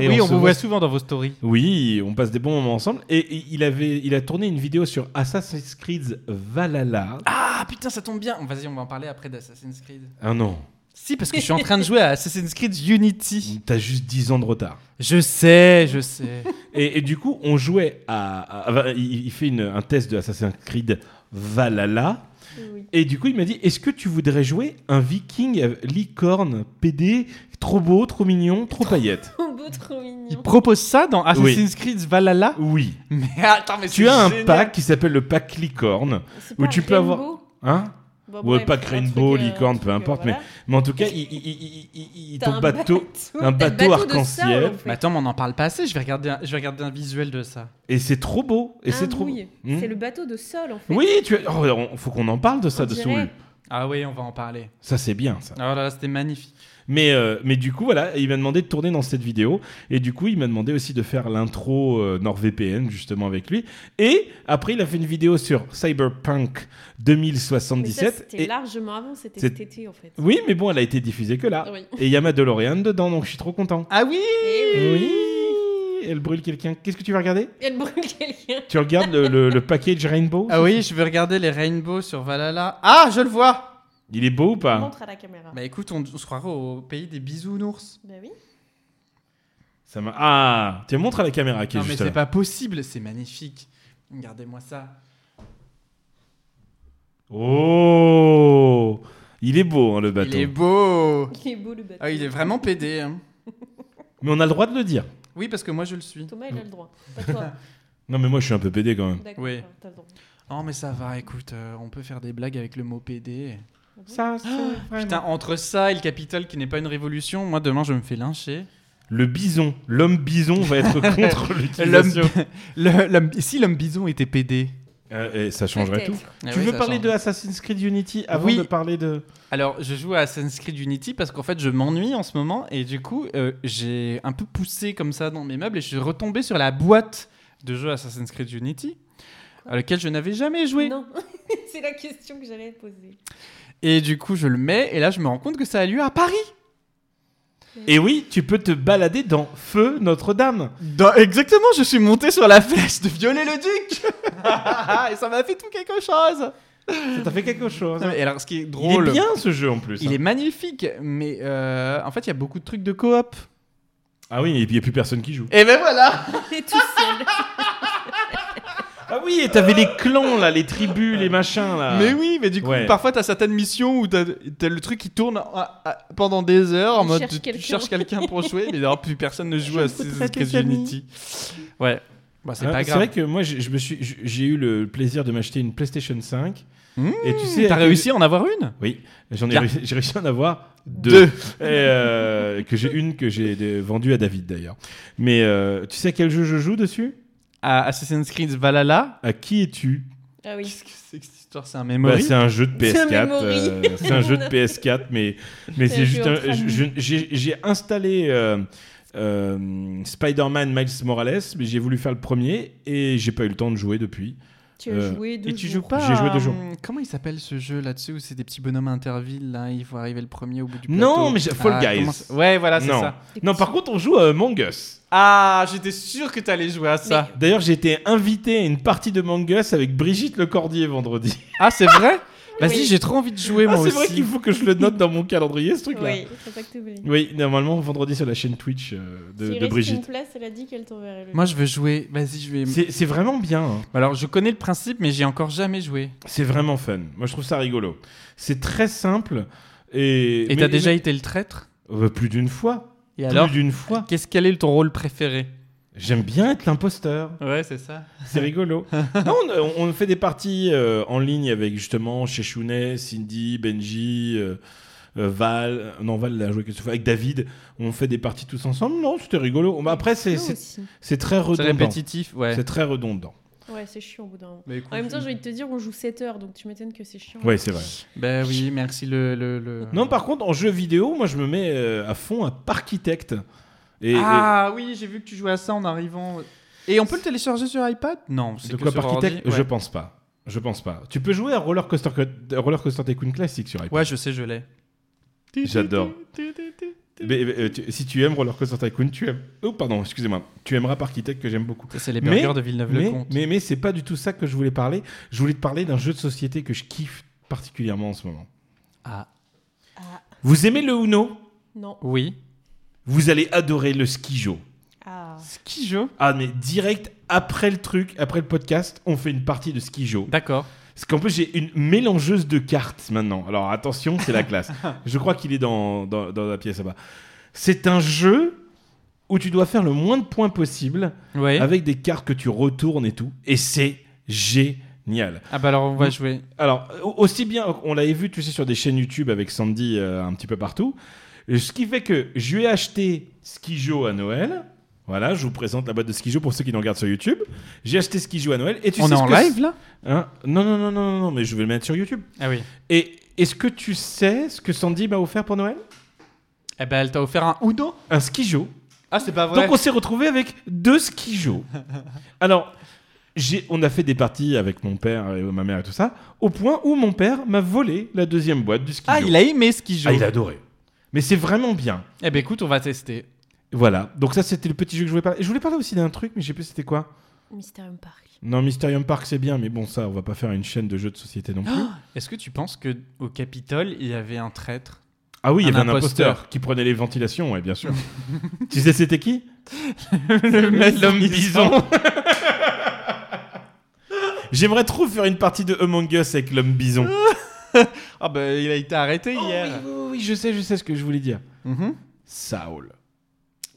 Et oui, on on se vous voit voit- souvent dans vos stories. Oui, on passe des bons moments ensemble. Et, et il, avait, il a tourné une vidéo sur Assassin's Creed Valhalla. Ah putain, ça tombe bien. Vas-y, on va en parler après d'Assassin's Creed. Ah non, Si, parce que je suis en train de jouer à Assassin's Creed Unity. t'as juste 10 ans de retard. Je sais, je sais. Et, et du coup, on jouait à. à- à- il il fait une, un test de Assassin's Creed Valhalla. Oui. Et du coup, il m'a dit Est-ce que tu voudrais jouer un viking euh, licorne PD Trop beau, trop mignon, trop paillette. Trop beau, trop Il mignon. propose ça dans Assassin's Creed Valhalla Oui. Mais attends, mais Tu c'est as un génial. pack qui s'appelle le pack licorne. C'est Ou pas tu peux avoir- rainbow. Hein Bon, Ouais, bref, pas un rainbow, truc, euh, licorne, un peu truc, importe, voilà. Mais en tout cas, il, il- il- il- il- il- T'as ton bateau. t'as le bateau de sable, en arc-en-ciel. fait. Mais attends, mais on n'en parle pas assez. Je vais regarder un, je vais regarder un visuel de ça. Et c'est trop beau. Et Un c'est trop. mouille. Hmm C'est le bateau de sol en fait. Oui, tu. as- oh, on- faut qu'on en parle de ça, On de dirait. Soul. Ah oui, on va en parler. Ça, c'est bien, ça. Oh là là, c'était magnifique. Mais, euh, mais du coup, voilà, il m'a demandé de tourner dans cette vidéo. Et du coup, il m'a demandé aussi de faire l'intro euh, NordVPN, justement, avec lui. Et après, il a fait une vidéo sur Cyberpunk Mais ça, 2077. c'était et- largement avant, c'était C'est- cet été en fait. Oui, mais bon, elle a été diffusée que là. Oui. Et il y a ma DeLorean dedans, donc je suis trop content. Ah oui Et oui. Oui Elle brûle quelqu'un. Qu'est-ce que tu vas regarder Elle brûle quelqu'un. Tu regardes le, le- le package Rainbow Ah oui, je vais regarder les rainbows sur Valhalla. Ah, je le vois Il est beau ou pas Montre à la caméra. Bah écoute, on, on se croirait au pays des bisounours. Bah oui. Ça m'a- Ah Tu montres à la caméra qui est non mais juste c'est là. pas possible, c'est magnifique. Regardez-moi ça. Oh Il est beau, hein, le bateau. Il est beau Il est beau le bateau. Ah, il est vraiment pédé. hein. Mais on a le droit de le dire. Oui, parce que moi je le suis. Thomas, il a le droit. Pas toi. Non, mais moi, je suis un peu pédé quand même. D'accord. Oui. t'as le droit. Oh mais ça va, écoute, euh, on peut faire des blagues avec le mot PD. Ça, c'est Ah, Putain, entre ça et le Capitole qui n'est pas une révolution, moi demain je me fais lyncher. Le bison, l'homme bison va être contre l'utilisation. Le- l'homme- si l'homme bison était PD Euh, et ça changerait tout. Peut-être. Ah tu oui, veux Eh ça parler change. de Assassin's Creed Unity avant Oui. de parler de. Alors, je joue à Assassin's Creed Unity parce qu'en fait, je m'ennuie en ce moment et du coup, euh, j'ai un peu poussé comme ça dans mes meubles et je suis retombé sur la boîte de jeu Assassin's Creed Unity à laquelle je n'avais jamais joué. Non. C'est la question que j'allais te poser. Et du coup, je le mets et là, je me rends compte que ça a lieu à Paris. Et oui, tu peux te balader dans Feu Notre-Dame. exactement, je suis monté sur la flèche de violer le duc et ça m'a fait tout quelque chose. Ça t'a fait quelque chose. Et alors, ce qui est Il drôle, Oh est bien ce jeu en plus. il hein. est magnifique, mais euh, en fait, il y a beaucoup de trucs de coop. Ah oui, et puis il n'y a plus personne qui joue. Et ben voilà. T'es tout seul. Ah oui, et t'avais les clans là, les tribus, les machins là. Mais oui, mais du coup, Ah. Ouais. parfois, t'as certaines missions où t'as t'as le truc qui tourne à- à- pendant des heures en Tu mode cherches tu, tu quelqu'un. cherches quelqu'un pour jouer, mais alors plus personne ne joue à Assassin's tes Creed amis. Unity. Ouais, bah, c'est Hein, pas C'est vrai grave. que moi, j'ai- je me suis, j'ai- j'ai eu le plaisir de m'acheter une PlayStation 5. Mmh, et tu sais, T'as avec- réussi à en avoir une Oui, j'en ai, Bien. réussi- j'ai réussi à en avoir Deux. deux. Et, euh, que j'ai une que j'ai dé- vendue à David d'ailleurs. Mais euh, tu sais à quel jeu je joue dessus À Assassin's Creed Valhalla. À qui es-tu Ah oui. Qu'est-ce que c'est que cette histoire C'est un Bah, memory C'est un jeu de C'est un PS4. memory. euh, C'est un jeu de PS4, mais mais C'est c'est un juste. jeu un- entre je- je- J'ai j'ai installé. euh, euh, Spider-Man Miles Morales, mais j'ai voulu faire le premier et j'ai pas eu le temps de jouer depuis. Tu as Euh, joué deux Et tu joues jours. pas J'ai joué à, deux jours. hum, Comment il s'appelle ce jeu là-dessus où c'est des petits bonhommes à interville là, il faut arriver le premier au bout du plateau. Ah, Non, mais j'ai- Fall Guys. comment ça- Ouais, voilà, c'est Non. ça. Des Non, par petits- contre, on joue à Among Us. Ah, j'étais sûr que t'allais jouer à ça. D'ailleurs, j'ai été invité à une partie de Among Us avec Brigitte Lecordier vendredi. Ah, c'est vrai Vas-y, Oui. j'ai trop envie de jouer Ah, moi c'est aussi. vrai qu'il faut que je le note dans mon calendrier, ce truc-là. Oui, faut pas que t'oublies. Oui, normalement, vendredi sur la chaîne Twitch euh, de, S'il de reste une Brigitte. place, elle a dit qu'elle t'enverrait le. Moi, je veux jouer. Vas-y, je vais. C'est c'est vraiment bien. hein. Alors, je connais le principe, mais j'ai encore jamais joué. C'est vraiment fun. Moi, je trouve ça rigolo. C'est très simple. Et Et mais- t'as déjà mais- été le traître Euh, Plus d'une fois. Et alors, plus d'une fois. qu'est-ce quel est ton rôle préféré J'aime bien être l'imposteur. Ouais, c'est ça. C'est rigolo. Non, on, on fait des parties euh, en ligne avec justement chez Chounet, Cindy, Benji, euh, euh, Val. Non, Val l'a joué quelques fois. Avec David, on fait des parties tous ensemble. Non, c'était rigolo. Mais après, c'est, Non, c'est, aussi. c'est très C'est redondant. répétitif, ouais. C'est très redondant. Ouais, c'est chiant au bout d'un moment. Bah, En écoute, même temps, j'ai envie de te dire, on joue 7 heures, donc tu m'étonnes que c'est chiant. Ouais, c'est vrai. bah oui, merci le. le- le- Non, par contre, en jeu vidéo, moi, je me mets euh, à fond à Parkitect. Et, et- Ah oui, j'ai vu que tu jouais à ça en arrivant. Et on peut le télécharger sur iPad Non, c'est de que quoi sur Parkitect ordi. Je Ouais. pense pas. Je pense pas. Tu peux jouer à Roller Coaster, Co- Roller Coaster Tycoon classique sur iPad. Ouais, je sais, je l'ai. J'adore. Mais, mais, euh, tu- si tu aimes Roller Coaster Tycoon, tu aimes. Oh, pardon, excusez-moi. Tu aimeras Parkitect que j'aime beaucoup. Ça, c'est les Mais- burgers de Mais, Villeneuve-le-Comte. mais, mais c'est pas du tout ça que je voulais parler. Je voulais te parler d'un jeu de société que je kiffe particulièrement en ce moment. Ah Ah, Vous aimez le Uno non. oui. Vous allez adorer le Skijo. Ah. Skijo Ah, mais direct après le truc, après le podcast, on fait une partie de Skijo. D'accord. Parce qu'en plus, j'ai une mélangeuse de cartes maintenant. Alors attention, c'est la classe. Je crois qu'il est dans, dans, dans la pièce là-bas. C'est un jeu où tu dois faire le moins de points possible Ouais. avec des cartes que tu retournes et tout. Et c'est génial. Ah bah alors on va jouer. Alors, au- aussi bien, on l'avait vu, tu sais, sur des chaînes YouTube avec Sandy euh, un petit peu partout. Euh, Ce qui fait que je lui ai acheté Skijo à Noël. Voilà, je vous présente la boîte de Skijo pour ceux qui nous regardent sur YouTube. J'ai acheté Skijo à Noël. Et tu on sais est ce en que live là c'est- Hein non, non, non, non, non, non, mais je vais le mettre sur YouTube. Ah oui. Et est-ce que tu sais ce que Sandy m'a offert pour Noël Eh ben elle t'a offert un Uno Un Skijo. Ah c'est pas Donc on s'est retrouvé avec deux skijos. Alors, j'ai, on a fait des parties avec mon père et ma mère et tout ça, au point où mon père m'a volé la deuxième boîte du skijo. Ah il a aimé Skijo. Ah, il a adoré. Mais c'est vraiment bien. Eh ben écoute, on va tester. Voilà. Donc ça, c'était le petit jeu que je voulais parler. Je voulais parler aussi d'un truc, mais je sais plus c'était quoi. Mysterium Park. Non, Mysterium Park, c'est bien, mais bon, ça, on va pas faire une chaîne de jeux de société Oh non plus. Est-ce que tu penses que au Capitole, il y avait un traître Ah oui, il y Un avait un imposteur. imposteur, qui prenait les ventilations, ouais, bien sûr. tu sais, c'était qui Le mec- L'homme bison. J'aimerais trop faire une partie de Among Us avec l'homme bison. Ah bah il a été arrêté Oh hier. oui, oui, oui, je sais, je sais ce que je voulais dire. Mhm. Saul.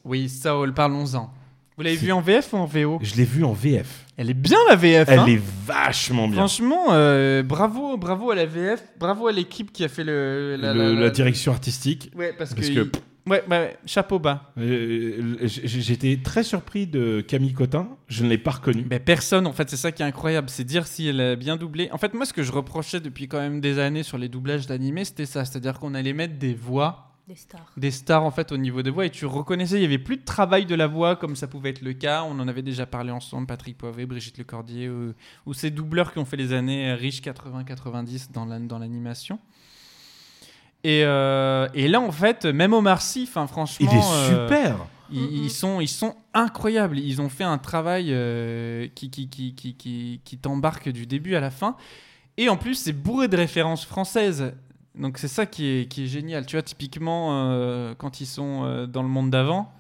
Oui, Saul, parlons-en. Vous l'avez C'est- vu en VF ou en VO Je l'ai vu en VF. Elle est bien la VF. hein Elle est vachement bien. Franchement, euh, bravo, bravo à la VF, bravo à l'équipe qui a fait le la, Le- la- la, la- direction artistique. Ouais, parce, Parce que, que- il- ouais, ouais, ouais, chapeau bas. euh, j- J'étais très surpris de Camille Cotin. Je ne l'ai pas reconnue. Mais personne, en fait, c'est ça qui est incroyable, c'est dire si elle a bien doublé. En fait, moi, ce que je reprochais depuis quand même des années sur les doublages d'animés, c'était ça, c'est-à-dire qu'on allait mettre des voix, Des stars. des stars en fait au niveau des voix, et tu reconnaissais, il y avait plus de travail de la voix comme ça pouvait être le cas. On en avait déjà parlé ensemble, Patrick Poivet, Brigitte Lecordier, ou, ou ces doubleurs qui ont fait les années euh, riches 80-90 dans la- dans l'animation. et, euh, et là, en fait, même Omar Sy, enfin, Il franchement, est euh, super. Mhm. Ils, ils sont, ils sont incroyables. Ils ont fait un travail euh, qui, qui, qui, qui, qui, qui t'embarque du début à la fin. Et en plus, c'est bourré de références françaises. Donc c'est ça qui est, qui est génial. Tu vois, typiquement, euh, quand ils sont euh, dans le monde d'avant,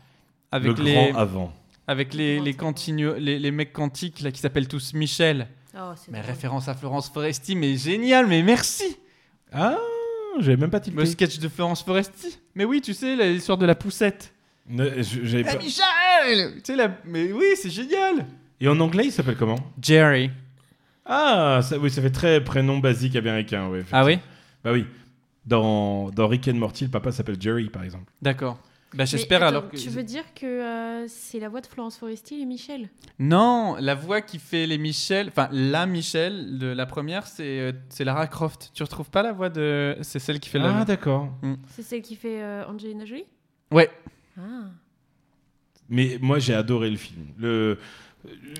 avec le les, grand avant. avec les, les, cantigno- les, les mecs cantiques là, qui s'appellent tous Michel. Oh, c'est Mais drôle. référence à Florence Foresti, mais génial, mais merci Ah, j'avais même pas Le tilté. sketch de Florence Foresti. Mais oui, tu sais, la- l'histoire de la poussette. Ne- je- j'avais Eh, pas- Michel Tu sais, la- mais oui, c'est génial Et en anglais, il s'appelle comment Jerry. Ah, ça, oui, ça fait très prénom basique américain. Ouais, Ah oui Bah oui. Dans, dans Rick and Morty, le papa s'appelle Jerry, par exemple. D'accord. Bah, Mais j'espère attends, alors que. Tu veux dire que euh, c'est la voix de Florence Foresti et Michel Non, la voix qui fait les Michel, enfin la Michel, de la première, c'est euh, c'est Lara Croft. Tu retrouves pas la voix de. C'est celle qui fait la. Ah, d'accord. C'est celle qui fait euh, Angelina Jolie Ouais. Ah. Mais moi, j'ai adoré le film. Le...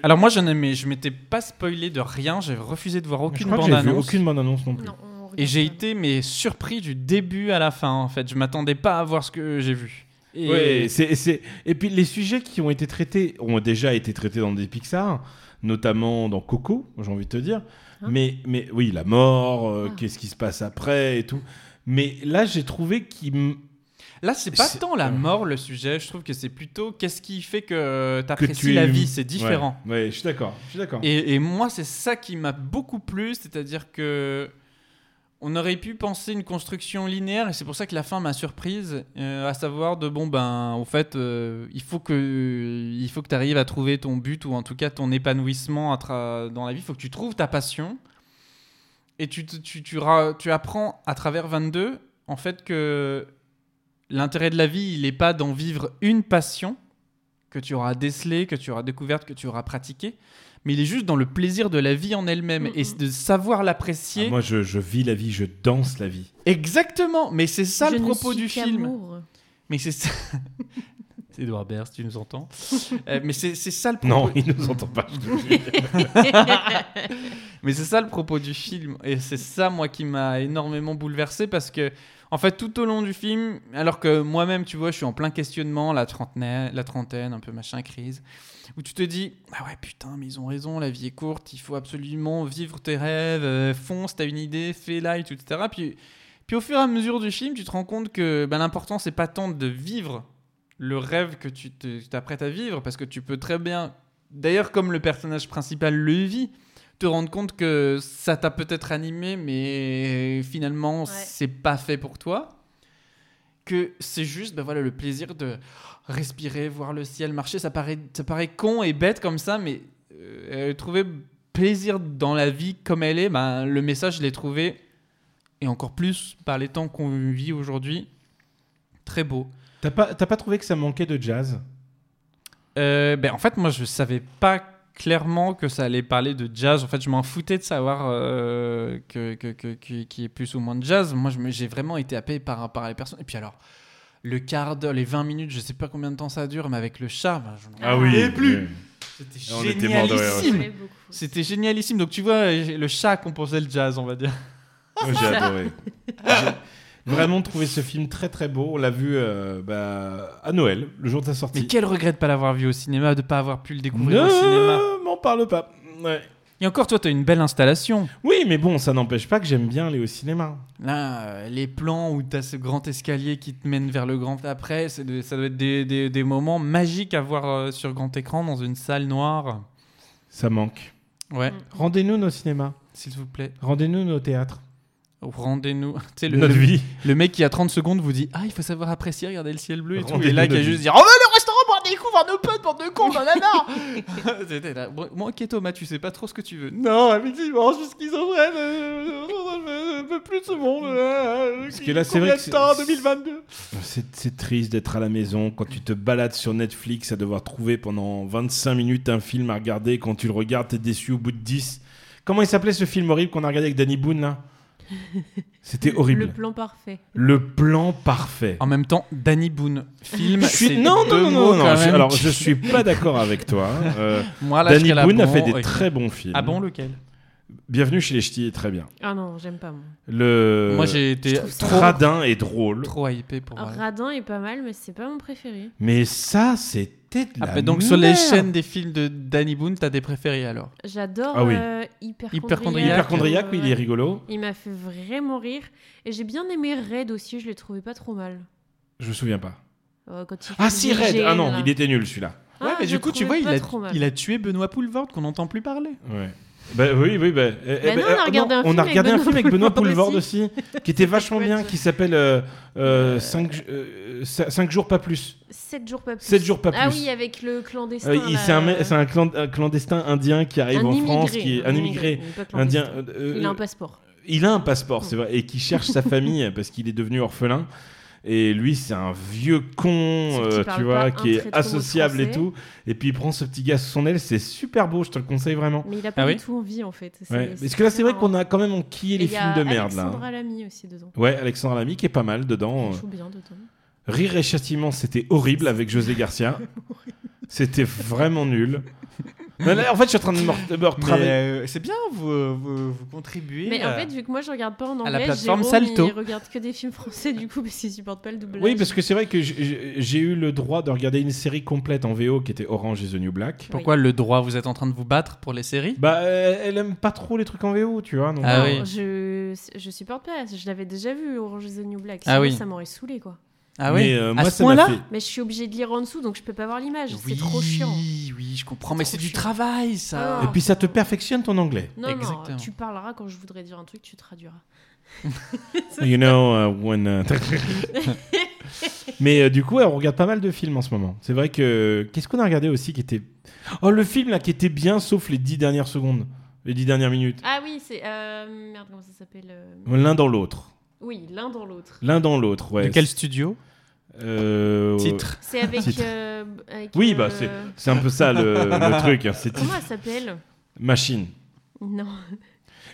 Alors moi, j'en aimais, je m'étais pas spoilé de rien, j'ai refusé de voir aucune je crois que j'ai vu bande-annonce. aucune bande-annonce non plus. Non, on regarde Et j'ai pas. été, mais surpris du début à la fin, en fait. Je m'attendais pas à voir ce que j'ai vu. Et... Ouais, c'est, c'est... Et puis, les sujets qui ont été traités ont déjà été traités dans des Pixar, notamment dans Coco, j'ai envie de te dire. Hein mais, mais oui, la mort, euh, Ah. qu'est-ce qui se passe après et tout. Mais là, j'ai trouvé qu'il... m- Là, c'est pas C'est- euh. tant la ouais. mort le sujet, je trouve que c'est plutôt qu'est-ce qui fait que que t'apprécies tu es... la vie, c'est différent. Ouais, ouais, je suis d'accord. Je suis d'accord. Et, et moi, c'est ça qui m'a beaucoup plu, c'est-à-dire que on aurait pu penser une construction linéaire et c'est pour ça que la fin m'a surprise, euh, à savoir de bon ben en fait euh, il faut que il faut que tu arrives à trouver ton but ou en tout cas ton épanouissement à tra- dans la vie, il faut que tu trouves ta passion et tu, te- tu, tu, ra- tu apprends à travers 22 en fait que l'intérêt de la vie il n'est pas d'en vivre une passion que tu auras décelée, que tu auras découverte, que tu auras pratiquée, mais il est juste dans le plaisir de la vie en elle-même Mm, et de savoir l'apprécier. Ah, moi, je, je vis la vie, je danse la vie. Exactement, mais c'est ça Je le ne propos suis du film. qu'amour. Mais c'est ça. c'est Edouard Baird, si tu nous entends. Euh, mais c'est c'est ça le propos. Non, il nous entend pas. je te jure. Mais c'est ça le propos du film. Et c'est ça, moi, qui m'a énormément bouleversé parce que, en fait, tout au long du film, alors que moi-même, tu vois, je suis en plein questionnement, la trentaine, la trentaine un peu machin, crise, où tu te dis, ah ouais, putain, mais ils ont raison, la vie est courte, il faut absolument vivre tes rêves, euh, fonce, t'as une idée, fais-la, et tout, etc. Puis, puis au fur et à mesure du film, tu te rends compte que ben, l'important, c'est pas tant de vivre le rêve que tu te- tu t'apprêtes à vivre, parce que tu peux très bien, d'ailleurs, comme le personnage principal le vit, te rendre compte que ça t'a peut-être animé, mais finalement, c'est pas fait pour toi. Que c'est juste ben voilà, le plaisir de respirer, voir le ciel, marcher. Ça paraît, ça paraît con et bête comme ça, mais euh, euh, trouver plaisir dans la vie comme elle est, ben, le message, je l'ai trouvé, et encore plus par les temps qu'on vit aujourd'hui, très beau. T'as pas, t'as pas trouvé que ça manquait de jazz Euh, ben, en fait, moi, je savais pas clairement que ça allait parler de jazz. En fait, je m'en foutais de savoir euh, que, que, que- que- qu'il y ait plus ou moins de jazz. Moi, je me- j'ai vraiment été happé par, par les personnes. Et puis alors, le quart d'heure, les 20 minutes, je sais pas combien de temps ça dure, mais avec le chat, ben, je m'en- Ah oui, Et plus. c'était On était mort de rire, ouais. Je génialissime. l'aime beaucoup. C'était génialissime. Donc, tu vois, le chat composait le jazz, on va dire. Moi, J'ai adoré. J'ai vraiment trouvé ce film très très beau. On l'a vu euh, bah, à Noël, le jour de sa Mais sortie. quel regret de pas l'avoir vu au cinéma, de pas avoir pu le découvrir au cinéma. ne m'en parle pas. Ouais. Et encore, toi, t'as une belle installation. Oui, mais bon, ça n'empêche pas que j'aime bien aller au cinéma. Là, euh, les plans où t'as ce grand escalier qui te mène vers le grand après, c'est de- ça doit être des, des- des moments magiques à voir euh, sur grand écran dans une salle noire. Ça manque. Ouais, Mm. Rendez-nous nos cinémas. s'il vous plaît. Rendez-nous nos théâtres. Rendez-nous. Tu sais, le, Notre le- vie. le mec qui a 30 secondes vous dit Ah, il faut savoir apprécier, regarder le ciel bleu et tout. Et Rendez-nous là, qui a notre juste vie. dit On va aller au restaurant, boire des coups, voir nos potes, bande de cons, j'en ai marre C'était là, Bon, Moi, ok, Thomas, tu sais pas trop ce que tu veux. Non, effectivement, je suis schizophrène, euh, je ne veux plus de ce monde. euh, Parce que là, c'est combien vrai que de c'est- temps, 2022 C'est c'est triste d'être à la maison quand tu te balades sur Netflix à devoir trouver pendant 25 minutes un film à regarder. et Quand tu le regardes, t'es déçu au bout de 10. Comment il s'appelait ce film horrible qu'on a regardé avec Danny Boone là C'était Le horrible. plan parfait. Le plan parfait. En même temps, Danny Boone, film, Je suis- c'est Non, deux non, non, mots non, non, quand je- même. alors je suis pas d'accord avec toi. hein. Euh, Moi, là, je Danny serais là, Boone a bon, fait des ok. très bons films. Ah bon, lequel Bienvenue chez les Ch'tis est très bien. Ah non, j'aime pas moi. Le Moi, j'ai été je trouve ça- trop, Radin est drôle, trop hypé Ah, pour... euh, Radin est pas mal, mais c'est pas mon préféré. mais ça c'était de la Ah, bah, donc sur les merde. chaînes des films de Danny Boone, t'as des préférés alors J'adore Ah oui. euh, Hyperchondriac. Hyperchondriac. Hyperchondriac, oui, il est Ouais. rigolo. Il m'a fait vraiment rire. Et j'ai bien aimé Red aussi, je l'ai trouvé pas trop mal. Je me souviens pas. Euh, quand il Ah fait si, des Red. Ah non, gels. il était nul celui-là. Ah, Ouais, mais je du coup, tu trouvais vois, il pas a, trop mal. il a tué Benoît Poulvord, qu'on n'entend plus parler. Ouais. Bah oui, oui, bah, eh, eh, non, bah, on a regardé un film on a avec regardé un Benoît film avec Benoît Poulvord Poulvord aussi, qui était vachement bien, qui s'appelle euh, 5 euh, jours pas plus. 7 jours pas plus. 7 jours pas Ah plus. oui, avec le clandestin. Euh, il- là. c'est un, mec- c'est un clan- un clandestin indien qui arrive Ah, en immigré, France, qui est un immigré il est pas clandestin. indien. euh, Il a un euh, passeport. il a un passeport, Mm. c'est vrai, et qui cherche sa famille parce qu'il est devenu orphelin. Et lui, c'est un vieux con, Sauf qu'il euh, parle tu vois, pas un qui trait est de mot associable et français. tout. Et puis il prend ce petit gars sous son aile, c'est super beau, je te le conseille vraiment. Mais il a pas Ah du oui tout envie en fait. C'est- Ouais. Parce que là, c'est vrai marrant. qu'on a quand même enquillé Et les il y a films de merde Alexandra là. euh. Lamy aussi dedans. Ouais, Alexandre Lamy qui est pas mal dedans. Il joue bien dedans. Rire et châtiment, c'était horrible avec José Garcia. c'était vraiment nul. Non, là, en fait, je suis en train de me re- me Mais retravailler. euh, c'est bien, vous, vous, vous contribuez. Mais en euh, fait, vu que moi je regarde pas en anglais, la plateforme Jérôme, Salto. il regarde que des films français du coup parce qu'il supporte pas le doublage. Oui, parce que c'est vrai que j- j- j'ai eu le droit de regarder une série complète en VO qui était Orange is the New Black. Pourquoi le droit Vous êtes en train de vous battre pour les séries Bah, euh, elle aime pas trop les trucs en VO, tu vois. donc- Ah Non, oui. je, je supporte pas. Je l'avais déjà vu Orange is the New Black. Ah Sinon, oui. Ça m'aurait saoulé quoi. Ah ouais Mais euh, moi, À ce ça m'a point-là fait. Mais je suis obligée de lire en dessous, donc je peux pas voir l'image. Oui, Ah, C'est trop chiant. oui, je comprends. Mais c'est C'est trop du chiant. travail, ça. Ah. Et puis ça te perfectionne ton anglais. Non, Exactement. non, tu parleras quand je voudrais dire un truc, tu traduiras. You know, uh, when, uh, Mais euh, du coup, on regarde pas mal de films en ce moment. C'est vrai que. Qu'est-ce qu'on a regardé aussi qui était. Oh, le film là qui était bien, sauf les dix dernières secondes, les dix dernières minutes. Ah oui, c'est. euh, merde, comment ça s'appelle euh, L'un dans l'autre. Oui, l'un dans l'autre. L'un dans l'autre, ouais. De quel studio Euh, Titre C'est avec. Titre. euh, avec, Oui, euh, bah c'est c'est un peu ça le, le truc. hein, c'est Comment elle s'appelle machine. Non.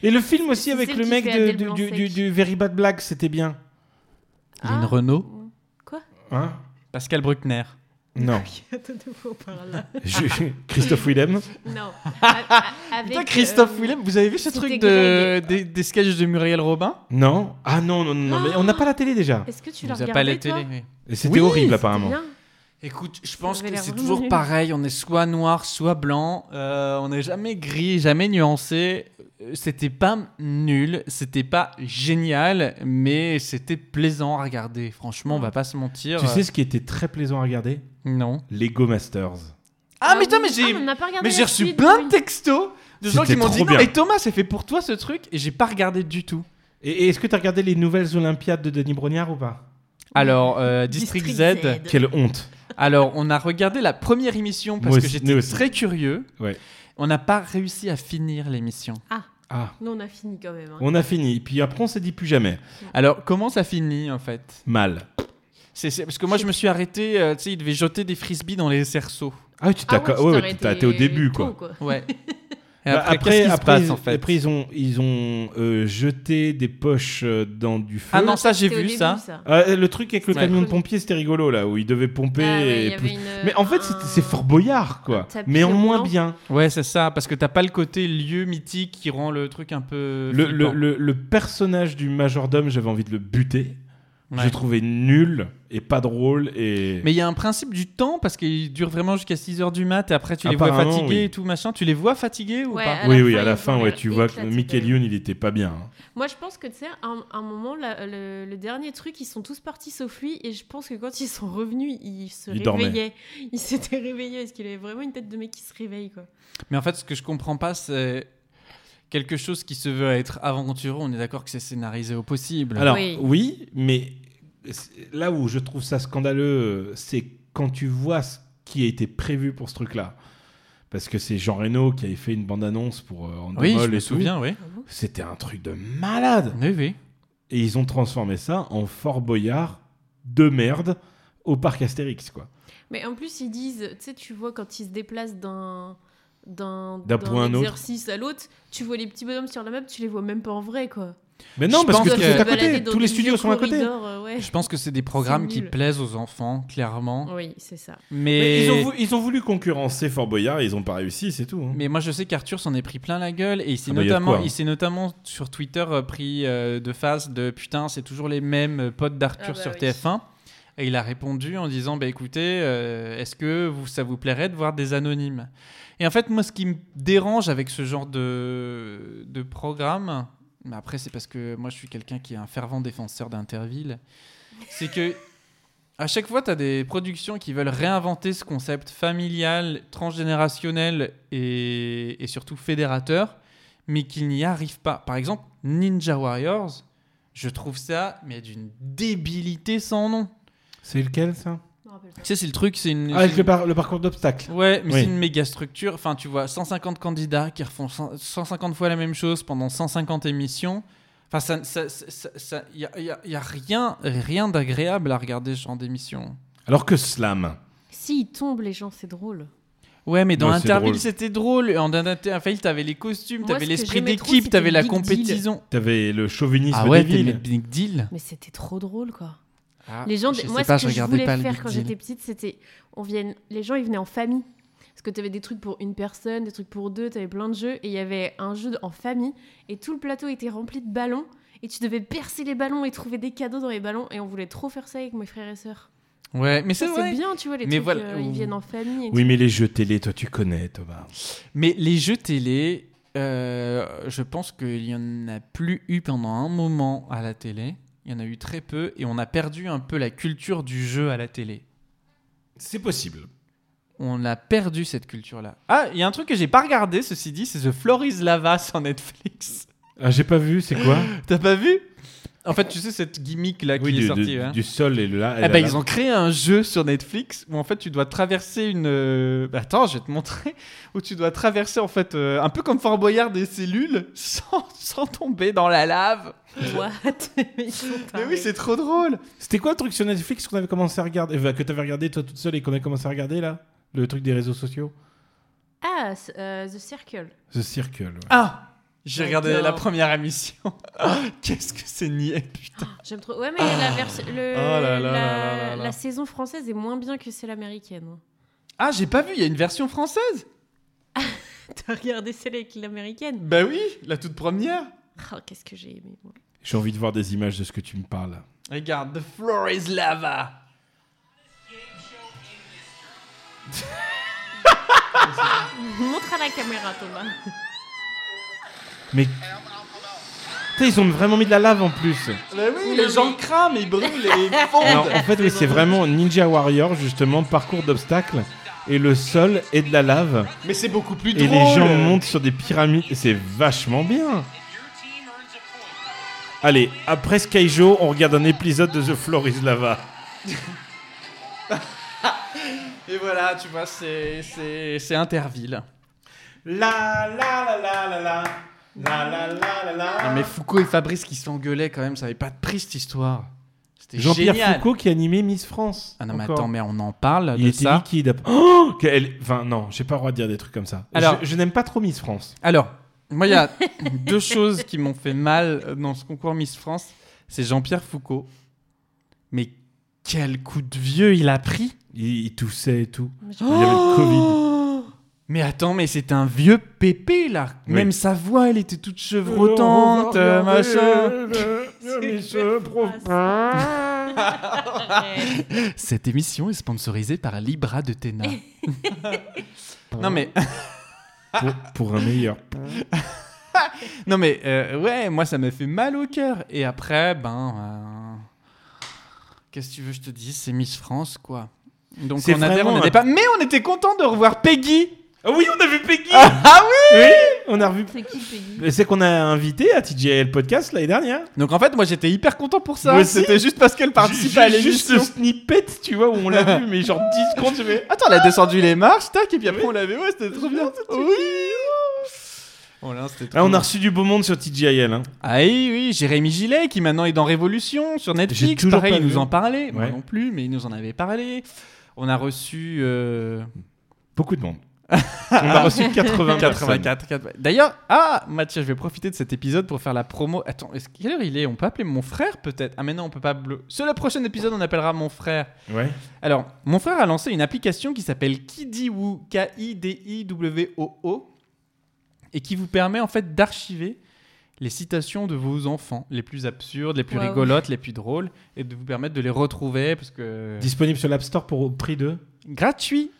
Et le film aussi C'est avec celle le qui mec fait de- Adèle du, du, Blanc-Sec. du- du Very Bad Black, c'était bien. Lynn Ah. Renault. Quoi Hein Pascal Bruckner. Non. Attends, de quoi on parle là Je- Christophe Willem. Non. A- a- avec, Putain, Christophe euh, Willem, vous avez vu ce c'était truc de, des, des sketchs de Muriel Robin Non. Ah non, non, non, non, mais on n'a pas la télé déjà. Est-ce que tu Il l'as nous a regardé pas la toi télé. oui. Et C'était Oui, horrible c'était apparemment. Bien. Écoute, je pense avait que l'air c'est vraiment toujours nul. pareil. On est soit noir, soit blanc. Euh, on n'est jamais gris, jamais nuancé. Euh, C'était pas nul, c'était pas génial, mais c'était plaisant à regarder. Franchement, on va pas se mentir. Euh, Tu sais ce qui était très plaisant à regarder Non. Lego Masters. Ah, mais putain, oui. mais j'ai. Ah, on n'a pas regardé Mais la j'ai reçu suite, plein oui. de textos de gens C'était qui m'ont trop dit bien. non. Et Thomas, c'est fait pour toi ce truc et j'ai pas regardé du tout. Et et est-ce que t'as regardé les nouvelles Olympiades de Denis Brognard ou pas Alors euh, District, Z. Quelle honte. Alors on a regardé la première émission parce Moi que aussi, nous j'étais aussi. très curieux. Ouais. On n'a pas réussi à finir l'émission. Ah. Nous, on a fini quand même. hein. On a fini. Puis après on s'est dit plus jamais. Alors comment ça finit en fait Mal. C'est- c'est- Parce que moi je me suis arrêté. euh, tu sais, il devait jeter des frisbees dans les cerceaux. Ah tu t'as Ah ouais, tu ouais, t'arrêtais t'as- t'es au début quoi. tôt, Ouais. Et Bah, après, qu'est-ce qui se après, passe ils- en fait après, ils ont, ils ont euh, jeté des poches euh, dans du feu. Ah non, ça j'ai C'était au vu début, ça. Euh, le truc avec le Ouais. camion de pompier, c'était rigolo là, où ils devaient pomper. Ah ouais, et il y avait plus- une- Mais en fait, un- c'était- c'est Fort Boyard quoi, un tapis mais en moins roulant. bien. Ouais, c'est ça, parce que t'as pas le côté lieu mythique qui rend le truc un peu. Le, le- flippant. le- le personnage du majordome, j'avais envie de le buter. Ouais. J'ai trouvé nul et pas drôle et. Mais il y a un principe du temps parce qu'il dure vraiment jusqu'à 6 heures du mat et après tu les vois Apparemment, fatigués oui. et tout machin. Tu les vois fatigués ou Ouais, pas à oui, la oui, fin, à la ils fin, ont ouais, l'air tu vois que éclatés, Michael quand Youn, il était pas bien. hein. Moi, je pense que, tu sais, un, un moment, la- le, le dernier truc, ils sont tous partis sauf lui. Et je pense que quand ils sont revenus, ils se Il dormait. réveillaient. Ils s'étaient réveillés parce qu'il avait vraiment une tête de mec qui se réveille, quoi. Mais en fait, ce que je comprends pas, c'est quelque chose qui se veut être aventureux. On est d'accord que c'est scénarisé au possible. Alors, oui, Oui. mais c'est- là où je trouve ça scandaleux, euh, c'est quand tu vois ce qui a été prévu pour ce truc-là. Parce que c'est Jean Reno qui avait fait une bande-annonce pour euh, Andemol oui, je et me tout. souviens, oui. Ah C'était un truc de malade. Oui, oui. Et ils ont transformé ça en Fort Boyard de merde au parc Astérix, quoi. Mais en plus, ils disent, tu sais, tu vois, quand ils se déplacent d'un d'un D'un point à un autre. exercice à l'autre, tu vois les petits bonhommes sur la map, tu les vois même pas en vrai, quoi. Mais non, Je parce pense que que- tout est à Se côté. Tous les studios sont à côté. euh, Je pense que c'est des programmes C'est qui nul. plaisent aux enfants, clairement. Oui, c'est ça. Mais, Mais Ils ont, vou- ils ont voulu concurrencer Fort Boyard, ils ont pas réussi, c'est tout. hein. Mais moi, je sais qu'Arthur s'en est pris plein la gueule et il s'est Ah bah, y a de notamment, quoi. il s'est notamment sur Twitter euh, pris euh, de face de putain, c'est toujours les mêmes euh, potes d'Arthur Ah bah sur oui. TF1. Et il a répondu en disant bah écoutez, euh, est-ce que vous, ça vous plairait de voir des anonymes Et en fait, moi, ce qui me dérange avec ce genre de, de programme, mais après, c'est parce que moi, je suis quelqu'un qui est un fervent défenseur d'Interville, c'est que à chaque fois, tu as des productions qui veulent réinventer ce concept familial, transgénérationnel et, et surtout fédérateur, mais qui n'y arrivent pas. Par exemple, Ninja Warriors, je trouve ça mais d'une débilité sans nom. C'est lequel, ça Je me rappelle pas. Tu sais, c'est le truc, c'est une. Ah, Avec c'est le, une- par- le parcours d'obstacles. Ouais, mais Oui. c'est une méga structure. Enfin, tu vois, 150 candidats qui refont cent- 150 fois la même chose pendant 150 émissions. Enfin, ça, ça, ça- ça- ça- y a, y a- y a rien, rien d'agréable à regarder ce genre d'émission. Alors que Slam. Si ils tombent, les gens, c'est drôle. Ouais, mais dans Ouais, c'est drôle. Interville, c'était Bah, drôle. En dans Interville, t'avais les costumes, Moi, t'avais ce que l'esprit j'aimais trop, d'équipe, c'était t'avais la Big Deal. compétition. T'avais le chauvinisme Ah ouais, des villes. t'aimais le Big Deal Mais c'était trop drôle, quoi. Les gens, Ah, je sais moi, pas, ce je que je, regardais voulais pas le faire Big quand Deal. j'étais petite, c'était, on vienne, les gens, ils venaient en famille. Parce que t'avais des trucs pour une personne, des trucs pour deux, t'avais plein de jeux, et il y avait un jeu en famille, et tout le plateau était rempli de ballons, et tu devais percer les ballons et trouver des cadeaux dans les ballons, et on voulait trop faire ça avec mes frères et sœurs. Ouais, mais c'est Ça, vrai. c'est bien, tu vois, les Mais trucs, voilà, euh, ils ou- viennent en famille. et Oui, tout. mais les jeux télé, toi, tu connais, Thomas. Mais les jeux télé, euh, je pense qu'il y en a plus eu pendant un moment à la télé. Il y en a eu très peu et on a perdu un peu la culture du jeu à la télé. C'est possible. On a perdu cette culture-là. Ah, il y a un truc que j'ai pas regardé, ceci dit, c'est The Floris Lava sur Netflix. Ah, j'ai pas vu, c'est quoi T'as pas vu En fait, tu sais cette gimmick là qui Ah, Oui, est du, sortie. du- hein. du sol et là. Eh ben, ils ont créé un jeu sur Netflix où en fait tu dois traverser une. euh, bah, Attends, je vais te montrer. Où tu dois traverser en fait euh, un peu comme Fort Boyard des cellules sans, sans tomber dans la lave. What Ils sont Mais tarés. oui, c'est trop drôle. C'était quoi le truc sur Netflix qu'on avait commencé à regarder euh, Que t'avais regardé toi toute seule et qu'on a commencé à regarder là Le truc des réseaux sociaux Ah, c'est, euh, The Circle. The Circle. ouais. Ah J'ai regardé J'adore. la première émission. Qu'est-ce que c'est niais, putain. J'aime trop. Ouais, mais la, version- le- Oh là là là la, là là là. la saison française est moins bien que celle américaine. hein. Ah, j'ai pas vu, il y a une version française T'as regardé celle avec l'américaine Bah oui, la toute première. Oh, qu'est-ce que j'ai aimé, moi. J'ai envie de voir des images de ce que tu me parles. Regarde, The Floor is Lava. Montre à la caméra, Thomas. Mais. Putain, ils ont vraiment mis de la lave en plus. Bah oui, les gens crament, ils brûlent et ils fondent. Alors, en fait, oui, c'est vraiment Ninja Warrior, justement, parcours d'obstacles. Et le sol est de la lave. Mais c'est beaucoup plus Et drôle. les gens montent sur des pyramides. Et c'est vachement bien. Allez, après Skyjo, on regarde un épisode de The Floor is Lava. Et voilà, tu vois, c'est c'est c'est Interville. La la la la la la. La la la la la. Non mais Foucault et Fabrice qui s'engueulaient quand même, ça avait pas de prix cette histoire. C'était Jean-Pierre génial. Foucault qui animait Miss France. Ah non mais Encore. attends, mais on en parle Il de était ça. liquide. après- Oh Quel- Enfin, non, j'ai pas le droit de dire des trucs comme ça. Alors- je, je n'aime pas trop Miss France. Alors, moi, il y a deux choses qui m'ont fait mal euh, dans ce concours Miss France. C'est Jean-Pierre Foucault. Mais quel coup de vieux il a pris Il, il toussait et tout. Mais je- Il y Oh. avait le Covid. Mais attends, mais c'est un vieux pépé, là Oui. Même sa voix, elle était toute chevrotante, euh, machin Arrête. Cette émission est sponsorisée par Libra de Téna. non mais, Pour, pour un meilleur. non mais, euh, ouais, moi ça m'a fait mal au cœur. Et après, ben, euh, qu'est-ce que tu veux que je te dise C'est Miss France, quoi. Donc C'est on avait, vraiment on un- n'était pas, mais on était content de revoir Peggy. Ah oui, on a vu Peggy Ah oui. Oui, on a revu. C'est qui, Peggy Mais C'est qu'on a invité à TJL Podcast l'année dernière. Donc en fait, moi j'étais hyper content pour Moi ça. aussi. C'était juste parce qu'elle Participe participait à juste l'émission. ce snippet, tu vois, où on l'a vu, mais genre 10 secondes, je fais. Attends, elle a descendu les marches, tac, et puis après on l'avait. Ouais, c'était trop bien. Oui. Oh là, c'était trop Ah, on a bien. reçu du beau monde sur TJL. Hein. Ah oui, oui, Jérémy Gillet qui maintenant est dans Révolution sur J'ai Netflix. toujours Pareil, pas il nous vu. en parlait. Moi Ouais. non plus, mais il nous en avait parlé. On a reçu euh, Beaucoup de monde. on a reçu 80 personnes. 84. quatre- D'ailleurs, ah Mathieu, je vais profiter de cet épisode pour faire la promo. Attends, est-ce quelle heure il est On peut appeler mon frère peut-être Ah mais non, on peut pas. bleu- Sur le prochain épisode, on appellera mon frère. Ouais. Alors, mon frère a lancé une application qui s'appelle Kidiwoo, K-I-D-I-W-O-O, et qui vous permet en fait d'archiver les citations de vos enfants, les plus absurdes, les plus Waouh. rigolotes, les plus drôles, et de vous permettre de les retrouver, parce que... Disponible sur l'App Store pour au prix de. Gratuit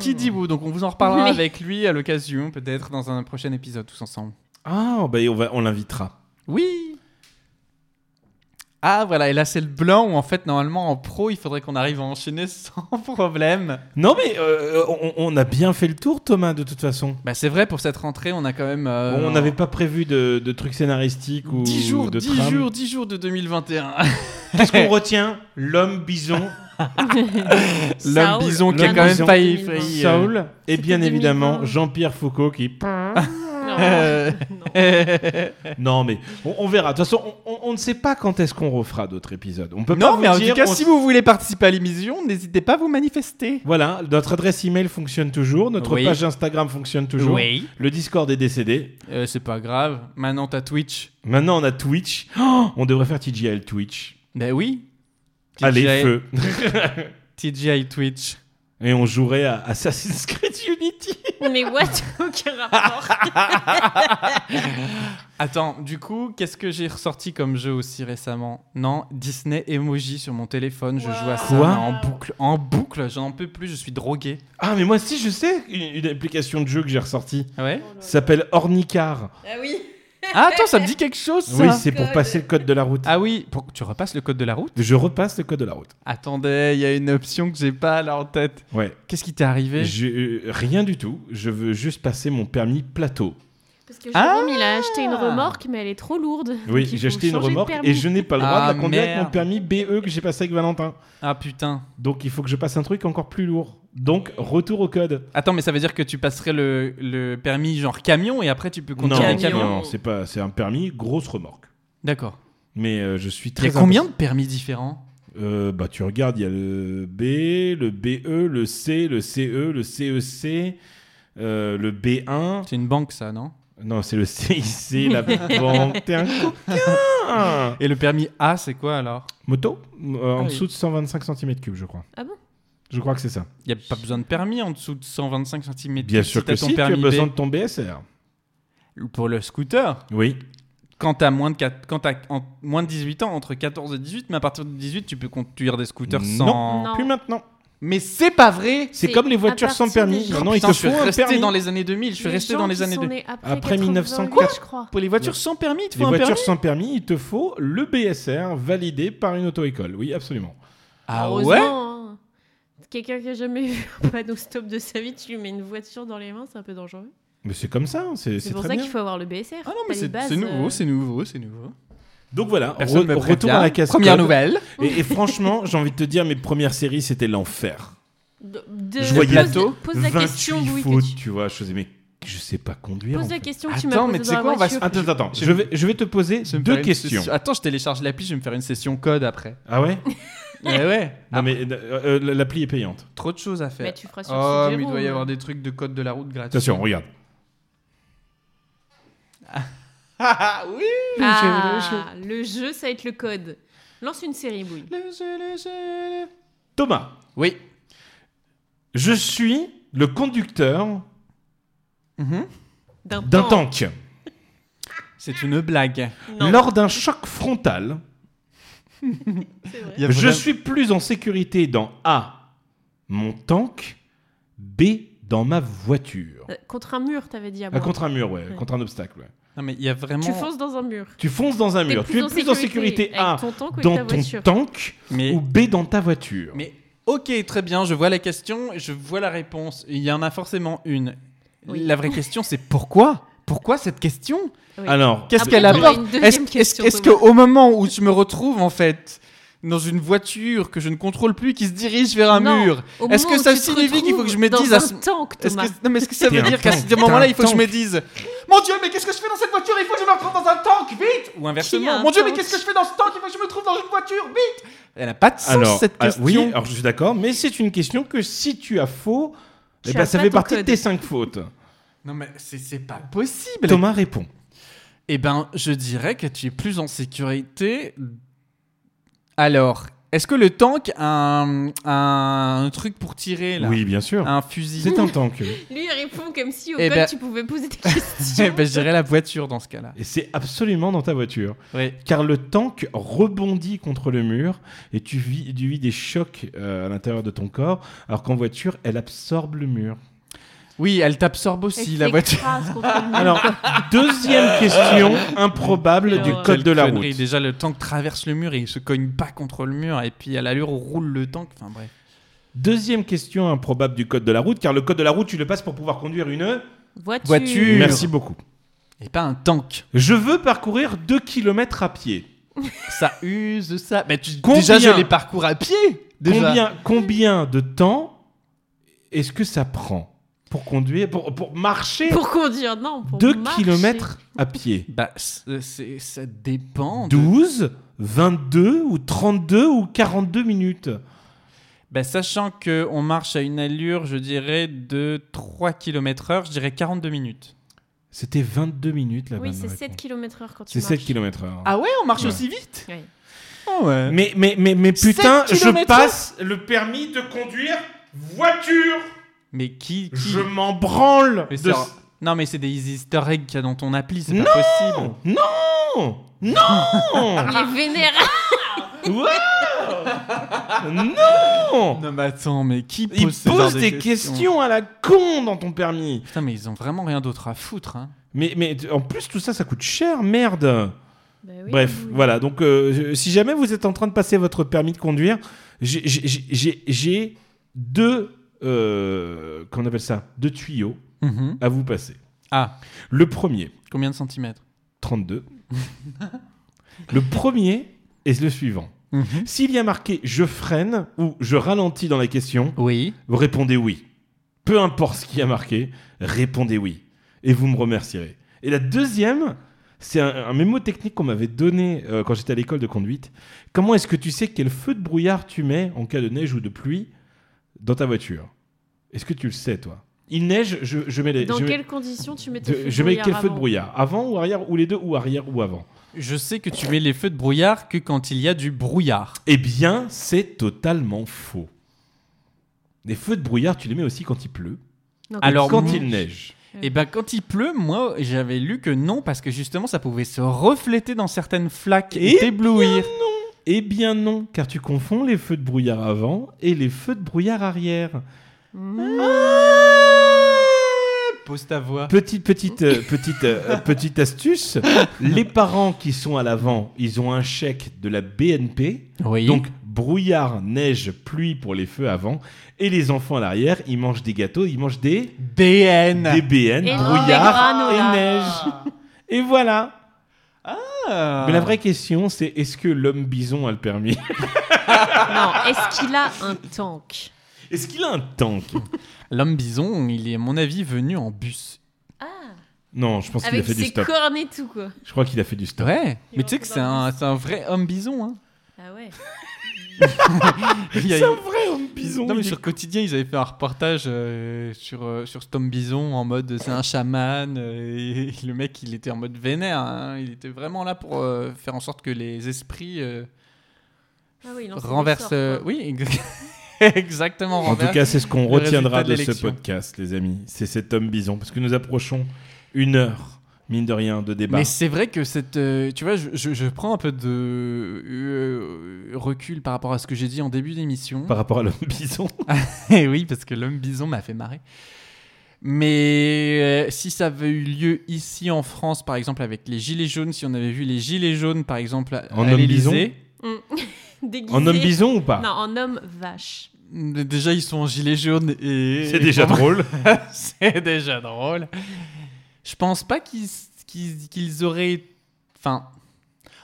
Kidiwoo, donc on vous en reparlera Hmm. Oui. avec lui à l'occasion, peut-être dans un prochain épisode tous ensemble. Ah, bah on, va, on l'invitera. Oui ah voilà, et là c'est le blanc où en fait normalement en pro il faudrait qu'on arrive à enchaîner sans problème. Non, mais euh, on, on a bien fait le tour, Thomas, de toute façon. Bah c'est vrai, pour cette rentrée, on a quand même... euh, on n'avait pas prévu de, de trucs scénaristiques ou 10 jours, de 10 trames. jours, 10 jours de 2021. Qu'est-ce qu'on retient L'homme bison, L'homme Saul. bison qui a L'homme quand même bison. failli... 2020. failli, euh, Saul et C'était bien 2020. évidemment Jean-Pierre Foucault qui. Non. euh, Non. non mais on, on verra. De toute façon, on, on- on ne sait pas quand est-ce qu'on refera d'autres épisodes. On peut pas non, vous mais en dire, tout cas, on- si vous voulez participer à l'émission, n'hésitez pas à vous manifester. Voilà, notre adresse email fonctionne toujours, notre Oui. page Instagram fonctionne toujours, Oui. le Discord est décédé. Euh, c'est pas grave. Maintenant, t'as Twitch. Maintenant, on a Twitch. Oh, on devrait faire TGL Twitch. Ben oui. Allez, feu. TGI Twitch. Et on jouerait à Assassin's Creed Unity. Mais what Aucun rapport. Attends, du coup, qu'est-ce que j'ai ressorti comme jeu aussi récemment Non, Disney Emoji sur mon téléphone. Je joue à ça Quoi mais en boucle. En boucle, j'en peux plus, je suis drogué. Ah, mais moi, si, Oh Ah je sais une, une application de jeu que j'ai ressortie. Ouais Ça s'appelle Ornicar. Ah oui. Ah, attends, ça me dit quelque chose, ça Oui, c'est pour Code. passer le code de la route. Ah oui, pour- tu repasses le code de la route Je repasse le code de la route. Attendez, il y a une option que j'ai pas là en tête. Ouais. Qu'est-ce qui t'est arrivé Je- euh, rien du tout. Je veux juste passer mon permis plateau. Parce que Ah Jérôme, il a acheté une remorque, mais elle est trop lourde. Oui, Donc il j'ai faut acheté une changer de remorque permis. et je n'ai pas le droit Ah, de la conduire avec merde. mon permis BE que j'ai passé avec Valentin. Ah putain. Donc il faut que je passe un truc encore plus lourd. Donc retour au code. Attends, mais ça veut dire que tu passerais le, le permis genre camion et après tu peux conduire non, un camion. camion. non, c'est pas, c'est un permis grosse remorque. D'accord. Mais euh, je suis Il y très. a combien impatient. de permis différents Euh, Bah tu regardes, il y a le B, le BE, le C, le CE, le CEC, euh, le B1. C'est une banque ça, non Non, c'est le CIC, la banque. T'es un coquin Et le permis A, c'est quoi alors Moto euh, En oui. dessous de 125 cm3, je crois. Ah bon Je crois que c'est ça. Il n'y a pas besoin de permis en dessous de 125 cm. Bien sûr que si, tu as besoin de ton BSR. Pour le scooter, Oui. quand t'as moins, de quatre- quand t'as en- moins de 18 ans, entre 14 et 18, mais à partir de 18, tu peux conduire des scooters Non. sans... Non. Plus maintenant. Mais c'est pas vrai C'est C'est comme les voitures à sans partir permis. des- Maintenant, Putain, il te je suis faut un resté permis. dans les années 2000, je suis resté gens dans les qui années sont 2000. nés Après, Après 1904, 1904, je crois. Pour les voitures sans permis, il te Les faut un voitures permis sans permis, il te faut le BSR validé par une auto-école. Oui, absolument. Ah Heureusement, ouais hein. Quelqu'un qui a jamais vu un panneau stop de sa vie, tu lui mets une voiture dans les mains, c'est un peu dangereux. Mais c'est comme ça, hein, c'est C'est c'est pour très ça bien. qu'il faut avoir le BSR. Ah non, mais T'as les c'est bases, c'est nouveau, euh, c'est nouveau, c'est nouveau. Donc voilà, Personne re- me retour à la prévient. casse. Première nouvelle. Et, et franchement, j'ai envie de te dire, mes premières séries, c'était l'enfer. de- de- Je voyais pose, pose la 28 question, oui, que fautes, tu- tu vois, je faisais, mais je sais pas conduire. pose en la fait. question que tu Attends, m'as mais posée tu sais dans quoi, la on va se- voiture. Attends, attends, attends. Je- Je vais, je vais te poser Je vais me deux faire une questions. session- Attends, je télécharge l'appli, je vais me faire une session code après. Ah ouais Mais ouais. Non, mais euh, euh, l'appli est payante. Trop de choses à faire. Mais tu feras sur hein. le Oh, site mais il Jérôme. doit y avoir des trucs de code de la route gratuits. Attention, regarde. Ah oui Ah, le jeu, ça va être le code. Lance une série, Bouille. Thomas, Oui. je suis le conducteur Mhm. D'un d'un temps. tank. C'est une blague. Non, Lors d'un choc frontal, c'est vrai. Il y a je vraiment- suis plus en sécurité dans A, mon tank, B, dans ma voiture. Euh, Contre un mur, t'avais dit à Ah, moi. contre un mur, ouais, Ouais. contre un obstacle. ouais. Non, mais il y a vraiment. Tu fonces dans un mur. Tu fonces dans un T'es mur, tu es plus en sécurité, A, Ah, avec ton tank ou avec ta dans ton voiture. tank, Mais... ou B, dans ta voiture. mais ok, très bien, je vois la question, je vois la réponse. Il y en a forcément une. Oui. La vraie question, c'est pourquoi Pourquoi cette question Oui. Alors, ah, Qu'est-ce Après, qu'elle t'auras apporte une deuxième Est-ce question, est Thomas. qu'au moment où je me retrouve, en fait, dans une voiture que je ne contrôle plus qui se dirige vers un Non, mur, Au Est-ce moment que où ça tu te signifie qu'il faut que je me retrouves dise dans à un ce- tank, Est-ce Thomas que, non, mais est-ce que ça T'es veut un dire qu'à ce tank, moment-là, t'es un il faut que je tank. me dise Mon Dieu, mais qu'est-ce que je fais dans cette voiture Il faut que je me retrouve dans un tank, vite Ou Qui a inversement un Mon Dieu, mais tank qu'est-ce que je fais dans ce tank Il faut que je me trouve dans une voiture, vite Elle n'a pas de sens, alors, cette ah, question. oui, alors je suis d'accord, mais c'est une question que si tu as faux, eh Tu ben, as ça pas fait ton partie de code. tes 5 fautes. Non, mais c'est c'est pas possible. Thomas répond. Eh ben, je dirais que tu es plus en sécurité. Alors, est-ce que le tank a un, un truc pour tirer, là Ah. Oui, bien sûr. Un fusil C'est un tank. oui. Lui, il répond comme si au Eh code, ben- tu pouvais poser des Eh questions. ben, je dirais la voiture dans ce cas-là. Et c'est absolument dans ta voiture. Oui. Car le tank rebondit contre le mur et tu vis, tu vis des chocs euh, à l'intérieur de ton corps, alors qu'en voiture, elle absorbe le mur. Oui, elle t'absorbe aussi, la voiture. Ah. Alors, deuxième question improbable du Quelle code de la connerie. route. Déjà, le tank traverse le mur et il se cogne pas contre le mur. Et puis, à l'allure, on roule le tank. Enfin, bref. Deuxième question improbable du code de la route, car le code de la route, tu le passes pour pouvoir conduire une... Voiture. Voiture. Merci beaucoup. Et pas un tank. Je veux parcourir 2 km à pied. Ça use, ça. Mais tu... Combien Déjà, je les parcours à pied. Déjà. Combien, combien de temps est-ce que ça prend pour conduire, pour, pour marcher Pour conduire, non. Pour 2 marcher. km à pied Bah, c'est- c'est- ça dépend. de- 12, 22 ou 32 ou 42 minutes Bah, sachant qu'on marche à une allure, je dirais, de 3 km/h, je dirais 42 minutes. C'était 22 minutes là Oui, c'est 7 km/h quand tu C'est 7 marches. km heure. Ah ouais, on marche Ouais. aussi vite Ah Ouais. ouais. Mais, mais, mais, mais Sept putain, je kilomètres passe le permis de conduire voiture Mais qui. qui... Je m'en branle Mais de c'est- ce- Non, mais c'est des easter eggs qu'il y a dans ton appli, c'est Non pas possible. Non Non Il est Ah. vénère. Wow Non Non mais attends, mais qui pose, Il ce genre pose de des questions à la con dans ton permis Putain, mais ils ont vraiment rien d'autre à foutre. Hein. Mais, mais t- en plus, tout ça, ça coûte cher, merde. Bah oui, Bref, oui. voilà. Donc, euh, je- si jamais vous êtes en train de passer votre permis de conduire, j'ai- j'ai- j'ai j'ai- j'ai deux, euh, qu'on appelle ça, deux tuyaux Mhm. à vous passer. Ah, Le premier, combien de centimètres 32. le premier est le suivant. Mhm. S'il y a marqué je freine ou je ralentis dans la question, Oui. vous répondez oui. Peu importe ce qu'il y a marqué, répondez oui. Et vous me remercierez. Et la deuxième, c'est un, un mémo technique qu'on m'avait donné euh, quand j'étais à l'école de conduite. Comment est-ce que tu sais quel feu de brouillard tu mets en cas de neige ou de pluie dans ta voiture Est-ce que tu le sais, toi Il neige, je, je mets les. Dans je mets- quelles conditions tu mets tes de- feux de je mets quel feu de avant brouillard Avant ou arrière Ou les deux Ou arrière ou avant Je sais que tu mets les feux de brouillard que quand il y a du brouillard. Eh bien, c'est totalement faux. Les feux de brouillard, tu les mets aussi quand il pleut. Non, Alors, quand moi- il neige. Et ben quand il pleut, moi j'avais lu que non parce que justement ça pouvait se refléter dans certaines flaques et Eh t'éblouir. Eh bien non, car tu confonds les feux de brouillard avant et les feux de brouillard arrière. Mmh. Pose ta voix. Petite petite euh, petite euh, petite astuce. Les parents qui sont à l'avant, ils ont un chèque de la BNP. Oui. Donc brouillard, neige, pluie pour les feux avant. Et les enfants à l'arrière, ils mangent des gâteaux, ils mangent des BN. des BN, Et non, brouillard des granolas. et neige. Et voilà. Ah. Mais la vraie question, c'est est-ce que l'homme bison a le permis Ah. Non, est-ce qu'il a un tank Est-ce qu'il a un tank L'homme bison, il est à mon avis venu en bus. Ah Non, je pense qu'il a Avec fait du ses stop. cornes et tout, quoi. Je crois qu'il a fait du stop. Ouais. Il Mais tu sais que rentre c'est dans le un, c'est un vrai homme bison. Hein. Ah ouais. Il y a- vrai homme bison. Non mais il est- sur quotidien ils avaient fait un reportage euh, sur euh, sur ce Tom Bison en mode c'est un chaman euh, et, et le mec il était en mode vénère hein. il était vraiment là pour euh, faire en sorte que les esprits euh, Ah oui, il lance des renversent sorts, quoi. euh, oui ex- exactement En tout renversent. cas, c'est ce qu'on le résultat retiendra de de ce l'élection. podcast, les amis. C'est cet homme bison. Parce que nous approchons une heure, mine de rien, de débat. Mais c'est vrai que cette. euh, tu vois, je, je- je prends un peu de euh, recul par rapport à ce que j'ai dit en début d'émission. Par rapport à l'homme bison. Eh oui, parce que l'homme bison m'a fait marrer. Mais euh, si ça avait eu lieu ici en France, par exemple, avec les gilets jaunes, si on avait vu les gilets jaunes, par exemple, à- En à homme l'Élysée, Déguisé. en homme bison ou pas Non, en homme vache. déjà ils sont en gilets jaunes et C'est déjà et- drôle. c'est déjà drôle. Je pense pas qu'ils qu'ils- qu'ils auraient. Enfin.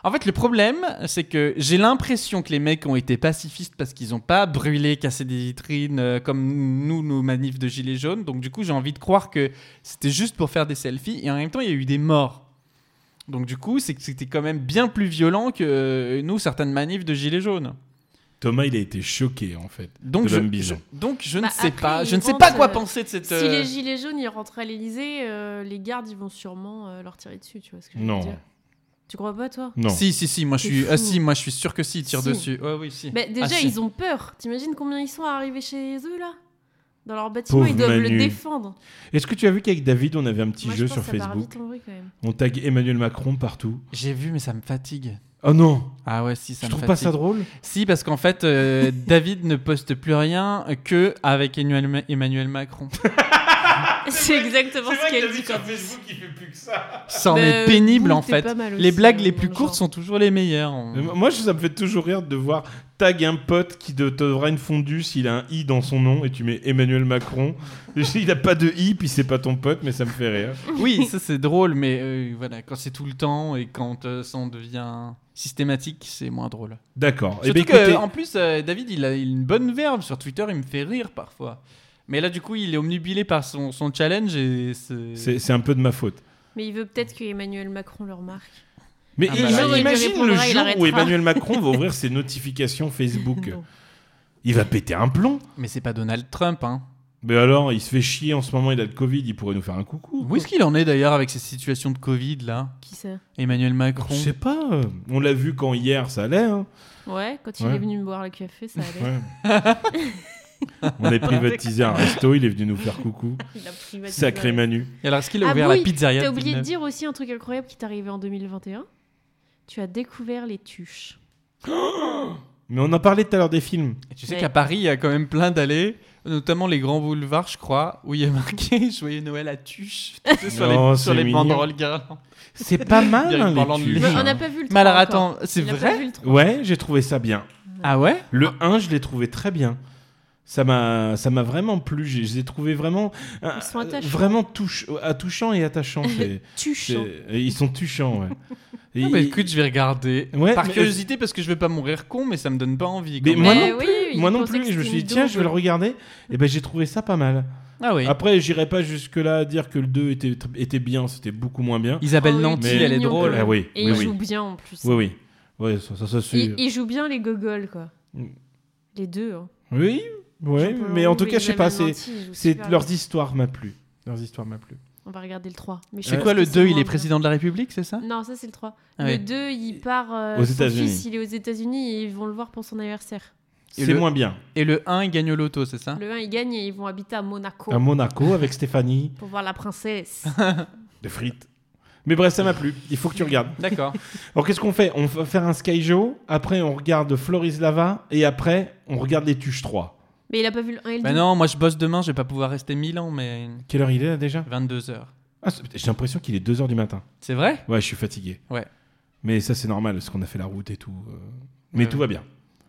En fait, le problème, c'est que j'ai l'impression que les mecs ont été pacifistes parce qu'ils ont pas brûlé, cassé des vitrines euh, comme nous, nos manifs de gilets jaunes. Donc, du coup, j'ai envie de croire que c'était juste pour faire des selfies. Et en même temps, il y a eu des morts. Donc, du coup, c'est que c'était quand même bien plus violent que euh, nous, certaines manifs de gilets jaunes. Thomas, il a été choqué, en fait. Donc, De je, l'homme bison. je- donc, je Bah, ne sais après, pas. ils Je ne sais vendent, pas quoi euh, penser de cette. Si euh, les gilets jaunes ils rentrent à l'Elysée, les gardes ils vont sûrement euh, leur tirer dessus, tu vois ce que je veux Non. dire Tu crois pas toi Non. Si, si, si, moi je C'est suis, ah, fou. si, moi, je suis sûr que si, ils tirent Si. dessus. Ouais, oui, si. Mais Bah, déjà Ah, si. ils ont peur. T'imagines combien ils sont arrivés chez eux là Dans leur bâtiment, Pauvre ils doivent Manu. le défendre. Est-ce que tu as vu qu'avec David, on avait un petit Moi, jeu je pense sur que ça part Facebook vite en vrille, quand même. On tag Emmanuel Macron partout. J'ai vu, mais ça me fatigue. Oh non Ah ouais, si, ça Tu me trouves fatigue. pas ça drôle Si, parce qu'en fait, euh, David ne poste plus rien que avec Emmanuel, Emmanuel Macron. C'est exactement ce qu'elle dit. quand- Facebook, il fait plus que ça. Ça en Bah, est pénible Boule, en t'es fait. pas mal Les aussi, blagues euh, les dans plus le courtes genre. sont toujours les meilleures. Moi, je- ça me fait toujours rire de voir tag un pote qui te te devra une fondue s'il a un i dans son nom et tu mets Emmanuel Macron. il a pas de i, puis c'est pas ton pote, mais ça me fait rire. Oui, ça c'est drôle, mais euh, voilà, quand c'est tout le temps et quand euh, ça en devient systématique, c'est moins drôle. D'accord. Eh Surtout ben, que, écoutez, en plus, euh, David, il a une bonne verve sur Twitter, il me fait rire parfois. Mais là, du coup, il est omnubilé par son, son challenge et c'est. c'est c'est un peu de ma faute. Mais il veut peut-être que Emmanuel Macron leur marque. Mais Ah bah là, imagine- il imagine le répondra, il jour où arrêtera. Emmanuel Macron va ouvrir ses notifications Facebook. Non. Il va péter un plomb. Mais c'est pas Donald Trump, hein. Mais alors, il se fait chier en ce moment, il a le Covid, il pourrait nous faire un coucou. Où est-ce qu'il en est d'ailleurs avec ces situations de Covid là Qui ça Emmanuel Macron. Je sais pas. euh, On l'a vu quand hier, ça allait. hein. Ouais, quand il Ouais. est venu me boire le café, ça allait. Ouais. On a privatisé un resto, il est venu nous faire coucou. Il a privatisé. Sacré Manu. Et alors, est-ce qu'il a Ah ouvert oui, la pizzeria T'as de oublié de Villeneuve dire aussi un truc incroyable qui t'est arrivé en 2021. Tu as découvert les tuches. Mais on en parlait tout à l'heure des films. Et tu sais Ouais. qu'à Paris, il y a quand même plein d'allées, notamment les grands boulevards, je crois, où il y a marqué Joyeux Noël à Tuche tu sais, sur, Non, les, sur c'est les mignon. banderoles guirlandes. C'est pas mal, Il y a hein, une parlante les de tuches. Mais luche. on n'a pas vu le Mais alors trois encore. attends, c'est On n'a pas vrai vu le trois. Ouais, j'ai trouvé ça bien. Ah ouais Le 1, je l'ai trouvé très bien. Ça m'a, ça m'a vraiment plu. J'ai- Je l'ai trouvé vraiment, euh, Ils sont attachants. vraiment touch, attouchant et attachant. C'est- Tuche. c'est- euh, ils sont touchants, ouais. Et- Ah bah écoute, je vais regarder. Ouais, Par mais- curiosité, parce que je vais pas mourir con, mais ça me donne pas envie. Mais quand même. moi Mais non oui, plus, il moi non pensait plus. que Et Je me suis dit c'était une tiens, je vais le daube. regarder. Et ben j'ai trouvé ça pas mal. Ah oui. Après, j'irai pas jusque là à dire que le 2 était était bien. C'était beaucoup moins bien. Isabelle Oh oui, Nanty, mais- elle est mignon, drôle. quand Ah même. oui, Et oui, il oui. joue bien en plus. Oui, oui, ouais, ça, ça, ça, c'est- Il, il joue bien les gogoles, quoi. Mm. Les deux. hein. Oui, ouais. Jean-Paul Mais en Rouve tout et cas, je sais pas. Isabelle C'est, Nanty, ils jouent c'est super bien. leurs histoires m'a plu. Leurs histoires m'a plu. On va regarder le 3. Mais je C'est pense quoi que le 2 Il moins est bien. président de la République, c'est ça Non, ça c'est le 3. Ah le ouais. 2, il part euh, Aux son États-Unis. fils, il est aux États-Unis et ils vont le voir pour son anniversaire. Et c'est le- moins bien. Et le 1, il gagne au loto, c'est ça Le 1, il gagne et ils vont habiter à Monaco À Monaco avec Stéphanie. pour voir la princesse. De frites. Mais bref, ça m'a plu. Il faut que tu regardes. D'accord. Alors, qu'est-ce qu'on fait On va faire un Sky Joe. Après, on regarde Floris Lava. Et après, on regarde Les Tuches 3. Mais il a pas vu le 1 et le 2. bah non, moi je bosse demain, je vais pas pouvoir rester 1000 ans, mais Quelle heure il est là déjà 22h. Ah, c'est- J'ai l'impression qu'il est 2h du matin. C'est vrai Ouais, je suis fatigué. Ouais. Mais ça, c'est normal parce qu'on a fait la route et tout. euh. Mais Ouais. tout va bien.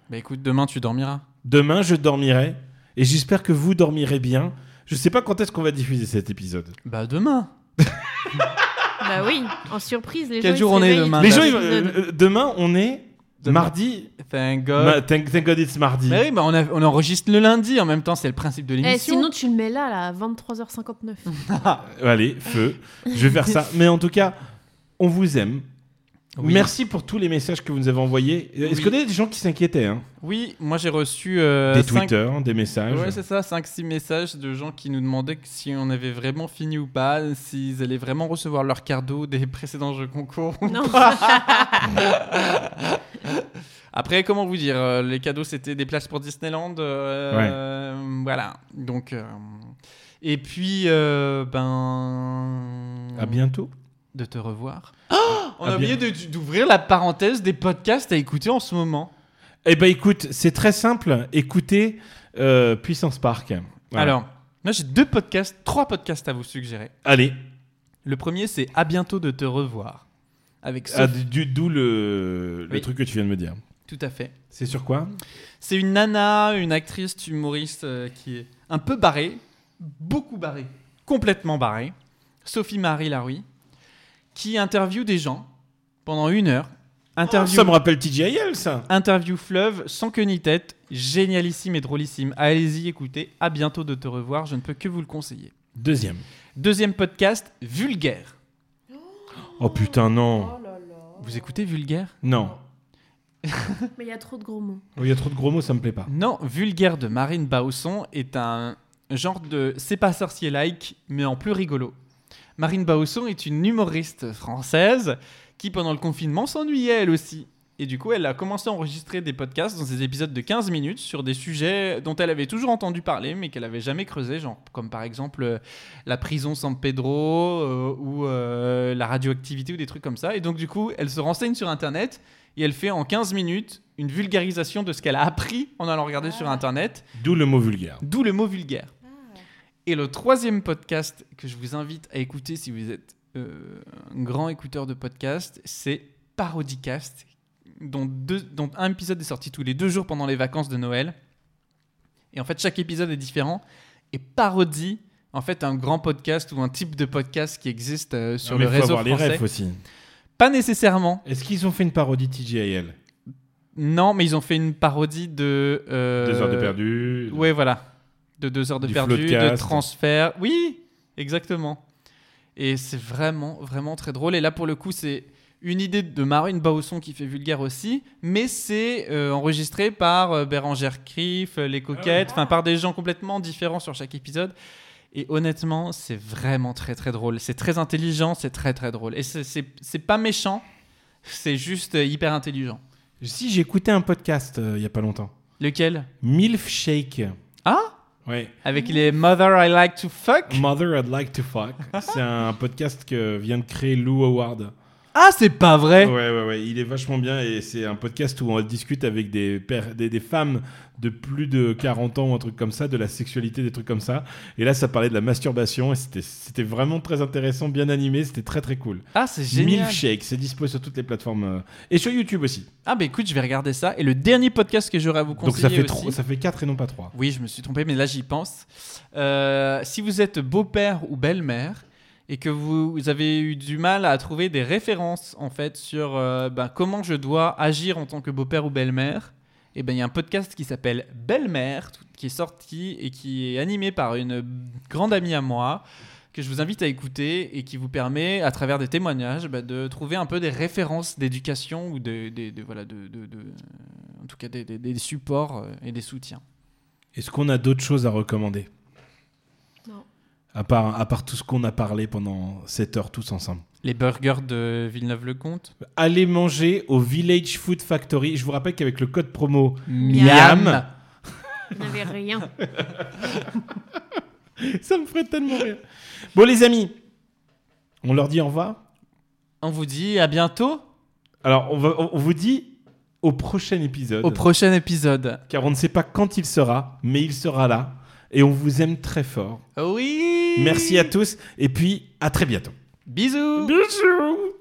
Bah écoute, demain tu dormiras. Demain, je dormirai. Et j'espère que vous dormirez bien. Je sais pas quand est-ce qu'on va diffuser cet épisode. Bah demain Bah oui, en surprise, les Quel gens. ils jour se on est réveillent demain, tous Les là, gens, les ils- euh, épisodes. euh, demain, on est Demain. mardi. Euh, Thank God. Ma- Bah, thank, thank God it's mardi. Mais oui, bah on, a- on enregistre le lundi, en même temps c'est le principe de Eh, l'émission. sinon, tu le mets là, là, à 23h59. Euh, Allez, feu. Je vais faire ça. Mais en tout cas, on vous aime. Oui. Merci pour tous les messages que vous nous avez envoyés. Euh, Est-ce Oui. que des gens qui s'inquiétaient hein Oui, moi j'ai reçu... euh, Des Twitter. Twitter, des messages. Ouais, c'est ça, 5-6 messages de gens qui nous demandaient que si on avait vraiment fini ou pas, s'ils allaient vraiment recevoir leur cadeau des précédents jeux concours. non. Après, comment vous dire, euh, les cadeaux c'était des places pour Disneyland, euh, voilà. Donc, euh, et puis, euh, ben, À bientôt. de te revoir. Oh, on à a oublié de- d'ouvrir la parenthèse des podcasts à écouter en ce moment. Eh ben écoute, c'est très simple. Écoutez euh, Puissance Park. Voilà. Alors, moi j'ai deux podcasts, trois podcasts à vous suggérer. allez, Le premier, c'est à bientôt de te revoir. Avec ah, Sophie. du- d'où le, le Oui. truc que tu viens de me dire. Tout à fait. C'est sur quoi C'est une nana, une actrice humoriste euh, qui est un peu barrée, beaucoup barrée, complètement barrée, Sophie Marie Laroui, qui interviewe des gens pendant une heure. Interview, Ah, Oh, Ça me rappelle TGIL, ça. interview fleuve, sans queue ni tête, génialissime et drôlissime. Allez-y, écoutez, à bientôt de te revoir, je ne peux que vous le conseiller. Deuxième. Deuxième podcast, Vulgaire. Oh putain, non. Vous écoutez Vulgaire Non. Oh, Mais il y a trop de gros mots. Il y a trop de gros mots, ça me plaît pas. Non, Vulgaire de Marine Bausson est un genre de c'est pas sorcier-like, mais en plus rigolo. Marine Bausson est une humoriste française qui, pendant le confinement, s'ennuyait elle aussi. Et du coup, elle a commencé à enregistrer des podcasts dans des épisodes de 15 minutes sur des sujets dont elle avait toujours entendu parler, mais qu'elle avait jamais creusé, genre comme par exemple euh, la prison San Pedro euh, ou euh, la radioactivité ou des trucs comme ça. Et donc, du coup, elle se renseigne sur Internet et elle fait en 15 minutes une vulgarisation de ce qu'elle a appris en allant regarder sur Internet, D'où le mot vulgaire. d'où le mot vulgaire. Et le troisième podcast que je vous invite à écouter si vous êtes euh, un grand écouteur de podcast, c'est Parodicast, dont, deux- dont un épisode est sorti tous les deux jours pendant les vacances de Noël. Et en fait, chaque épisode est différent et parodie en fait un grand podcast ou un type de podcast qui existe euh, sur Ah, mais le faut réseau avoir les français. refs aussi. Pas nécessairement. Est-ce qu'ils ont fait une parodie TGIL Non, mais ils ont fait une parodie de. euh, Deux heures de perdu. Ouais, voilà. De deux heures de Du perdu, de Floodcast. transfert. Oui, exactement. Et c'est vraiment, vraiment très drôle. Et là, pour le coup, c'est une idée de Marine Bausson qui fait vulgaire aussi, mais c'est euh, enregistré par euh, Bérangère Criff, euh, Les Coquettes, enfin par des gens complètement différents sur chaque épisode. Et honnêtement, c'est vraiment très très drôle. C'est très intelligent, c'est très très drôle. Et c'est- c'est c'est pas méchant, c'est juste euh, hyper intelligent. Si j'écoutais un podcast euh, il y a pas longtemps. Lequel Milf Shake. Ah Ouais. Avec les Mother I Like to Fuck Mother I'd Like to Fuck. C'est un podcast que vient de créer Lou Howard. Ah, c'est pas vrai Ouais, ouais, ouais, il est vachement bien et c'est un podcast où on discute avec des, pères- des, des femmes de plus de 40 ans ou un truc comme ça, de la sexualité, des trucs comme ça. Et là, ça parlait de la masturbation et c'était- c'était vraiment très intéressant, bien animé, c'était très très cool. Ah, c'est génial. Milkshake, c'est dispo sur toutes les plateformes euh, et sur YouTube aussi. Ah, bah écoute, je vais regarder ça. Et le dernier podcast que j'aurai à vous conseiller. Donc ça fait, aussi- trois- ça fait 4 et non pas 3. Oui, je me suis trompé, mais là j'y pense. Euh, si vous êtes beau-père ou belle-mère et que vous, vous avez eu du mal à trouver des références en fait sur euh, ben, comment je dois agir en tant que beau-père ou belle-mère, et ben il y a un podcast qui s'appelle Belle-mère tout- qui est sorti et qui est animé par une grande amie à moi que je vous invite à écouter et qui vous permet, à travers des témoignages, ben, de trouver un peu des références d'éducation ou des, des- des- voilà, de, de- de- en tout cas des- des- des supports euh, et des soutiens. Est-ce qu'on a d'autres choses à recommander Non. À part, à part tout ce qu'on a parlé pendant 7 heures tous ensemble. Les burgers de Villeneuve-le-Comte. Allez manger au Village Food Factory. Je vous rappelle qu'avec le code promo Miam. Miam. Il n'y avait rien. Ça me ferait tellement rire. Bon, les amis, on leur dit au revoir. On vous dit à bientôt Alors, on, va- on- on vous dit au prochain épisode. au prochain épisode. car on ne sait pas quand il sera, mais il sera là. Et on vous aime très fort. Oui Merci à tous. Et puis, à très bientôt. Bisous Bisous